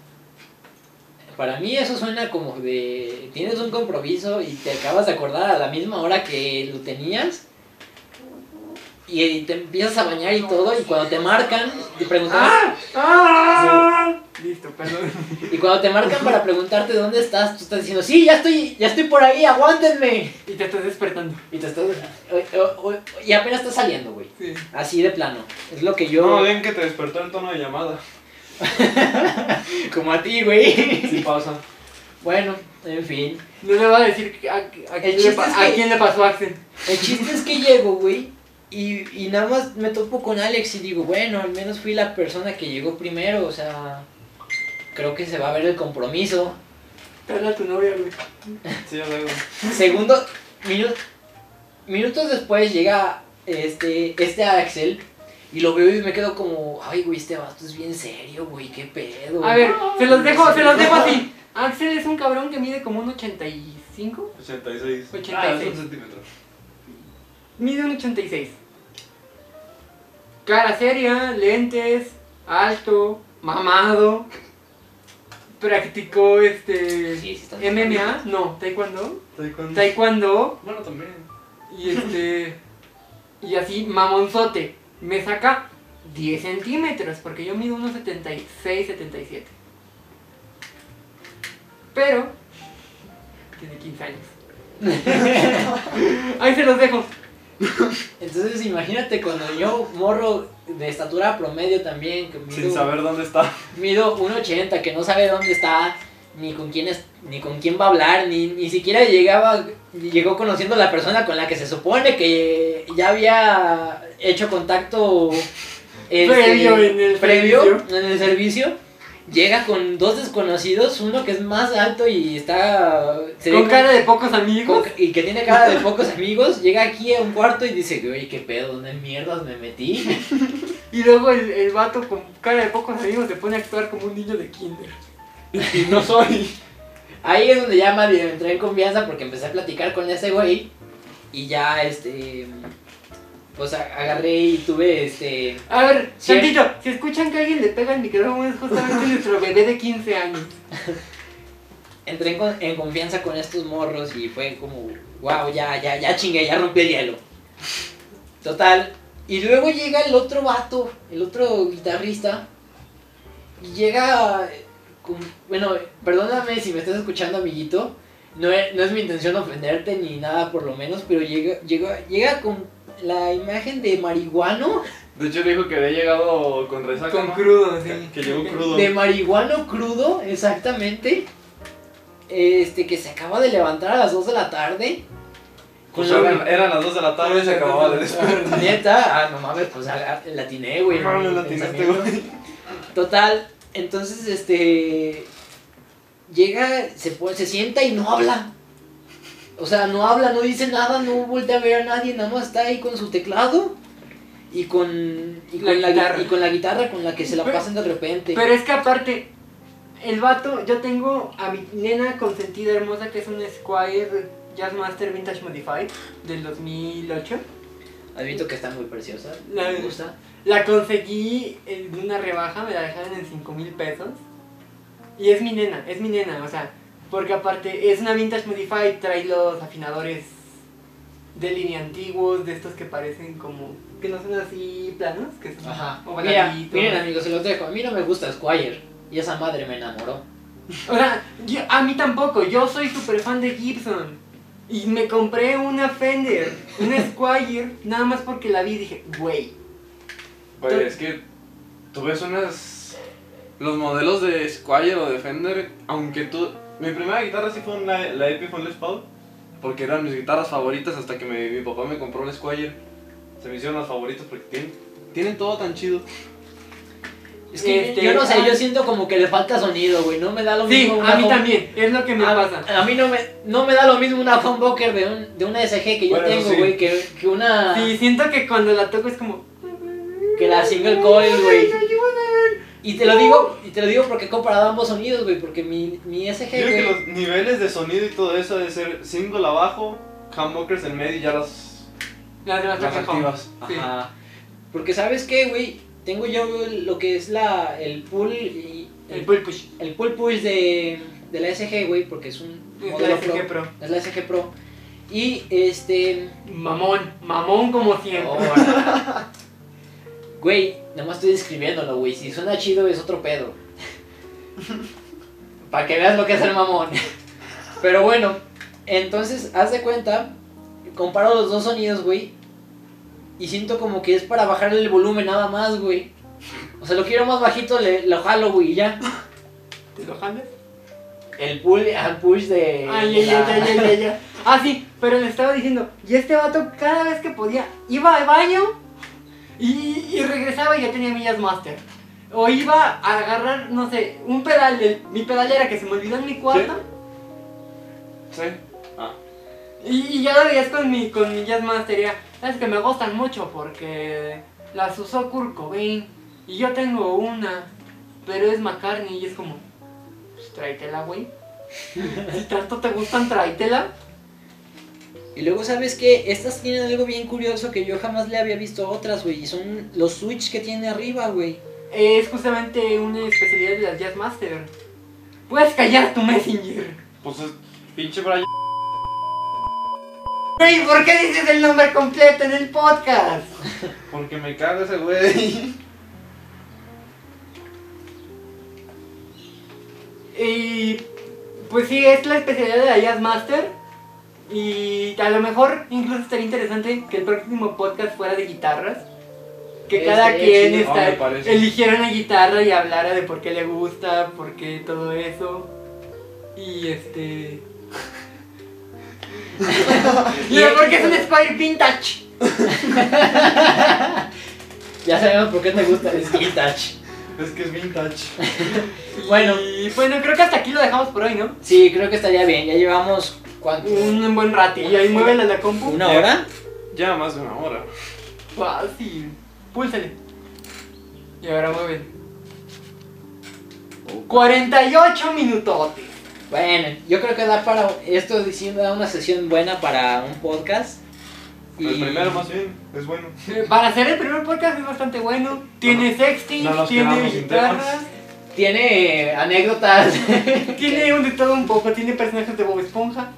Speaker 2: Para mí eso suena como de tienes un compromiso y te acabas de acordar a la misma hora que lo tenías y te empiezas a bañar y todo y cuando te marcan te preguntan
Speaker 1: ¡Ah! Listo, perdón.
Speaker 2: y cuando te marcan para preguntarte dónde estás tú estás diciendo sí ya estoy ya estoy por ahí aguántenme
Speaker 1: Y te estás despertando.
Speaker 2: y te estás o- o- o- y apenas estás saliendo güey
Speaker 1: Sí.
Speaker 2: así de plano es lo que yo
Speaker 4: No, ven que te despertó el tono de llamada.
Speaker 2: como a ti güey
Speaker 4: Sí pasa.
Speaker 2: bueno en fin
Speaker 1: No le va a decir a, a, quién,
Speaker 2: chiste
Speaker 1: le, pa-
Speaker 2: es
Speaker 1: a
Speaker 2: que-
Speaker 1: quién le pasó a Axel.
Speaker 2: El chiste es que llego, güey, y, y nada más me topo con Alex y digo, bueno, al menos fui la persona que llegó primero, o sea, creo que se va a ver el compromiso.
Speaker 1: Carla, tu novia, güey.
Speaker 4: Sí, ya luego.
Speaker 2: Segundo, minu- minutos después llega este, este Axel y lo veo y me quedo como, ay, güey, este vato es bien serio, güey, qué pedo.
Speaker 1: A ver, se los dejo, se los dejo así. Axel es un cabrón que mide como un 85.
Speaker 4: 86.
Speaker 1: 86.
Speaker 4: Ah, es un centímetro.
Speaker 1: Mide un 86. Cara seria, lentes, alto, mamado. Practicó este.
Speaker 2: Sí, sí está-
Speaker 1: MMA, no, taekwondo.
Speaker 4: Estoy con-
Speaker 1: Taekwondo
Speaker 4: Bueno, también.
Speaker 1: y este. Y así, mamonzote. Me saca 10 centímetros porque yo mido unos 76, 77. Pero. Tiene 15 años. Ahí se los dejo.
Speaker 2: Entonces imagínate cuando yo morro de estatura promedio también, que
Speaker 4: Sin
Speaker 2: mido-
Speaker 4: saber dónde está.
Speaker 2: Mido 1.80, que no sabe dónde está, ni con quién es, ni con quién va a hablar, ni, ni siquiera llegaba, llegó conociendo a la persona con la que se supone que ya había hecho contacto este,
Speaker 1: Previo en el
Speaker 2: previo
Speaker 1: servicio.
Speaker 2: en el servicio. Llega con dos desconocidos, uno que es más alto y está se ve
Speaker 1: Con
Speaker 2: como-
Speaker 1: cara de pocos amigos.
Speaker 2: con- y que tiene cara de pocos amigos, llega aquí a un cuarto y dice, oye, qué pedo, ¿dónde mierdas me metí?
Speaker 1: Y luego el, el vato con cara de pocos amigos se pone a actuar como un niño de kinder.
Speaker 4: Y no soy.
Speaker 2: Ahí es donde ya me entré en confianza porque empecé a platicar con ese güey y ya este pues a- agarré y tuve este
Speaker 1: A ver,
Speaker 2: Sí.
Speaker 1: tantito, si escuchan que alguien le pega el micrófono es justamente nuestro bebé de 15 años.
Speaker 2: entré en, con- en confianza con estos morros y fue como wow, ya ya ya chingué, ya rompí el hielo. Total, y luego llega el otro vato, el otro guitarrista y llega con- bueno, perdóname si me estás escuchando, amiguito. No es, no es mi intención ofenderte ni nada por lo menos, pero llega, llega, llega con la imagen de marihuano,
Speaker 4: De hecho, dijo que había llegado con resaca.
Speaker 1: Con
Speaker 4: ¿no?
Speaker 1: crudo, sí.
Speaker 4: Que- Que llegó crudo.
Speaker 2: de marihuano crudo, exactamente. Este, que se acaba de levantar a las 2 de la tarde.
Speaker 4: O
Speaker 2: Con
Speaker 4: sea,
Speaker 2: la-
Speaker 4: eran, eran las 2 de la tarde y Pues, se acababa de despertar.
Speaker 2: Neta, ah, no mames, pues ah, la atiné, güey.
Speaker 4: No mames,
Speaker 2: mi
Speaker 4: la este atinaste,
Speaker 2: pensamiento. Total, entonces este. Llega, se, pone- se sienta y no habla. O sea, no habla, no dice nada, no voltea a ver a nadie, nada más está ahí con su teclado y con, y
Speaker 1: La
Speaker 2: con, la, gui-
Speaker 1: guitarra.
Speaker 2: y con la guitarra con la que se la
Speaker 1: Pero-
Speaker 2: pasan de repente.
Speaker 1: Pero es que aparte, el vato, yo tengo a mi nena consentida hermosa que es un Squire Jazzmaster Vintage Modified del 2008.
Speaker 2: Admito que está muy preciosa,
Speaker 1: La-
Speaker 2: me gusta.
Speaker 1: La conseguí en una rebaja, me la dejaron en 5 mil pesos. Y es mi nena, es mi nena, o sea, porque aparte es una vintage modified, trae los afinadores de línea antiguos, de estos que parecen como, que no son así planos, que son
Speaker 2: Ajá. Mira,
Speaker 1: ovaladitos.
Speaker 2: miren amigos, se los dejo. A mí no me gusta Squire y esa madre me enamoró.
Speaker 1: O sea, yo- a mí tampoco, yo soy súper fan de Gibson. Y me compré una Fender, una Squire, nada más porque la vi y dije, güey,
Speaker 4: Güey, es que tú ves unas. Los modelos de Squire o de Fender, aunque tú. Mi primera guitarra sí fue una, la Epiphone Les Paul, porque eran mis guitarras favoritas hasta que me- mi papá me compró un Squire. Se me hicieron los favoritos porque tienen, tienen todo tan chido.
Speaker 2: Es que
Speaker 1: Este,
Speaker 2: yo no sé,
Speaker 1: ah.
Speaker 2: yo siento como que le falta sonido, güey. No me da lo
Speaker 1: Sí,
Speaker 2: mismo. Ah, una
Speaker 1: a mí
Speaker 2: home-
Speaker 1: también, es lo que me pasa.
Speaker 2: A, a mí no me, no me da lo mismo una humbucker de, un, de una SG que yo
Speaker 4: Bueno, eso
Speaker 2: tengo,
Speaker 4: sí.
Speaker 2: güey, que, que una.
Speaker 1: Sí, siento que cuando la toco es como.
Speaker 2: que la single coil, güey. Y te lo digo, y te lo digo porque he comparado ambos sonidos, güey, porque mi, mi SG,
Speaker 4: Creo que
Speaker 2: güey,
Speaker 4: los niveles de sonido y todo eso de ser single abajo, humbuckers en medio y ya las,
Speaker 1: Las de la
Speaker 4: las
Speaker 1: toco en home.
Speaker 4: activas.
Speaker 1: Sí.
Speaker 4: Ajá.
Speaker 2: porque sabes qué, güey, tengo yo güey, lo que es la el pull y
Speaker 1: El pull push.
Speaker 2: el pull push de, de la SG, güey, porque es un
Speaker 1: Es
Speaker 2: modelo
Speaker 1: la SG
Speaker 2: pro,
Speaker 1: Pro.
Speaker 2: es la SG Pro. Y este,
Speaker 1: Mamón, mamón como
Speaker 2: Oh,
Speaker 1: siempre.
Speaker 2: ahora, güey, nada más estoy describiéndolo, güey, si suena chido es otro pedo. Para que veas lo que es el mamón. Pero bueno, entonces, haz de cuenta, comparo los dos sonidos, güey, y siento como que es para bajar el volumen nada más, güey. O sea, lo quiero más bajito, le, lo jalo, güey, y ya.
Speaker 1: ¿Te lo jalas?
Speaker 2: El pull al push de.
Speaker 1: Ay, ay,
Speaker 2: de la-
Speaker 1: ay, ay, ay, ay, ay. Eh, Ah, sí, pero le estaba diciendo, y este vato cada vez que podía, iba al baño y, y regresaba y ya tenía millas master. O iba a agarrar, no sé, un pedal, de, mi pedalera que se me olvidó en mi cuarto.
Speaker 4: Sí. Ah.
Speaker 1: Y, y ya lo veías con mi, con mi Jazz Master, ya, es que me gustan mucho porque las usó Kurt Cobain y yo tengo una, pero es McCartney y es como, pues tráetela, güey. si tanto te gustan, tráetela.
Speaker 2: Y luego, ¿sabes que Estas tienen algo bien curioso que yo jamás le había visto a otras, güey. Y son los switch que tiene arriba, güey.
Speaker 1: Eh, Es justamente una especialidad de las Jazz Master. Puedes callar tu messenger.
Speaker 4: Pues es pinche Brian.
Speaker 1: Güey, ¿por qué dices el nombre completo en el podcast?
Speaker 4: Porque me caga ese güey.
Speaker 1: Y pues sí, es la especialidad de la Jazz Master. Y a lo mejor incluso estaría interesante que el próximo podcast fuera de guitarras. Que
Speaker 2: Estaría
Speaker 1: cada quien
Speaker 2: chido.
Speaker 1: está-
Speaker 4: Ah, me parece.
Speaker 1: eligiera una guitarra y hablara de por qué le gusta, por qué todo eso. Y este. y de por qué es un Spire Vintage.
Speaker 2: Ya sabemos por qué te gusta el skin touch.
Speaker 4: Es que es vintage.
Speaker 2: Bueno.
Speaker 1: Y bueno, creo que hasta aquí lo dejamos por hoy, ¿no?
Speaker 2: Sí, creo que estaría bien. Ya llevamos. ¿Cuánto?
Speaker 1: Un buen ratillo. Y ahí muévela la compu.
Speaker 2: ¿Una hora?
Speaker 4: Ya más de una hora.
Speaker 1: Fácil. Púlsale. Y ahora mueven. 48 minutotes.
Speaker 2: Bueno, yo creo que da para. Esto diciendo da una sesión buena para un podcast. Y-
Speaker 4: El Pues primero más bien, es bueno.
Speaker 1: Eh, Para hacer el primer podcast es bastante bueno. Tiene sexting,
Speaker 4: no nos
Speaker 1: tiene
Speaker 4: quedamos sin
Speaker 1: guitarras,
Speaker 2: Tiene eh, anécdotas.
Speaker 1: tiene un de todo un poco, tiene personajes de Bob Esponja,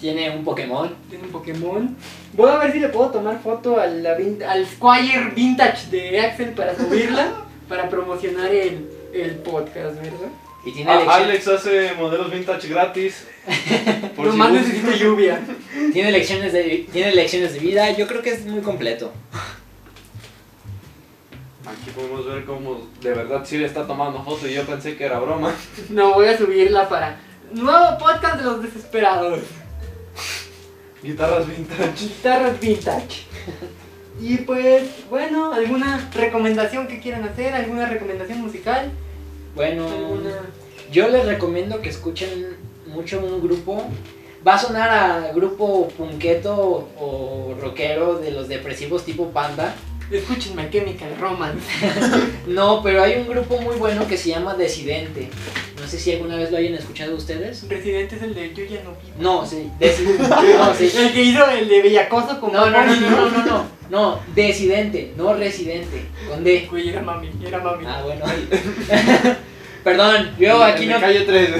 Speaker 2: tiene un Pokémon.
Speaker 1: tiene un Pokémon. Voy a ver si le puedo tomar foto a la vin- al Squire Vintage de Axel para subirla, para promocionar el, el podcast, ¿verdad?
Speaker 2: Y tiene,
Speaker 4: Ah,
Speaker 2: lección-
Speaker 4: Alex hace modelos vintage gratis. Por si
Speaker 1: Nomás
Speaker 4: gustan.
Speaker 1: necesito lluvia.
Speaker 2: tiene, lecciones de, tiene lecciones de vida. Yo creo que es muy completo.
Speaker 4: Aquí podemos ver cómo de verdad Siri está tomando foto y yo pensé que era broma.
Speaker 1: No voy a subirla para nuevo podcast de los desesperados.
Speaker 4: Guitarras vintage.
Speaker 1: Guitarras vintage. Y pues, bueno, ¿alguna recomendación que quieran hacer? ¿Alguna recomendación musical?
Speaker 2: Bueno.
Speaker 1: ¿Alguna...
Speaker 2: Yo les recomiendo que escuchen mucho un grupo. Va a sonar a grupo punketo o rockero de los depresivos tipo panda.
Speaker 1: Escuchen My Chemical Romance.
Speaker 2: No, pero hay un grupo muy bueno que se llama Desidente. No sé si alguna vez lo hayan escuchado ustedes.
Speaker 1: Residente es el de Yo ya no vivo.
Speaker 2: No, sí, Desidente. No, sí.
Speaker 1: El que hizo el de Bellacoso con
Speaker 2: No, no, no,
Speaker 1: Mami,
Speaker 2: no, no, no, no. No, Desidente, no Residente. Con D.
Speaker 1: Güey, era mami, era mami.
Speaker 2: Ah, bueno. Perdón, yo aquí no,
Speaker 4: Calle 3.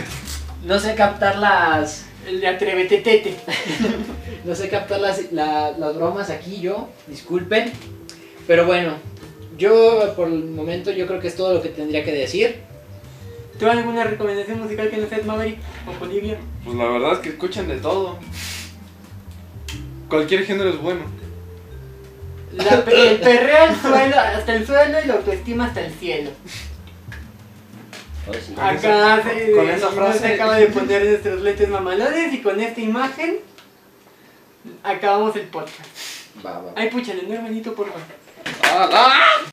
Speaker 2: no sé captar las.
Speaker 1: El de Atrévete Tete.
Speaker 2: No sé captar las, la- las bromas aquí yo, disculpen. Pero bueno, yo por el momento yo creo que es todo lo que tendría que decir.
Speaker 1: ¿Tú alguna recomendación musical que no sea Maverick o Bolivia?
Speaker 4: Pues la verdad es que escuchan de todo. Cualquier género es bueno.
Speaker 1: La pe- el perreo al suelo, hasta el suelo y la autoestima hasta el cielo.
Speaker 4: Con
Speaker 1: Acá
Speaker 4: esa-
Speaker 1: se,
Speaker 4: con esa
Speaker 1: se
Speaker 4: frase-
Speaker 1: acaba de poner nuestros lentes mamalones y con esta imagen acabamos el podcast.
Speaker 6: Va, va.
Speaker 1: Ay, pucha, no hermanito, por favor.
Speaker 6: ¡Ah! ah!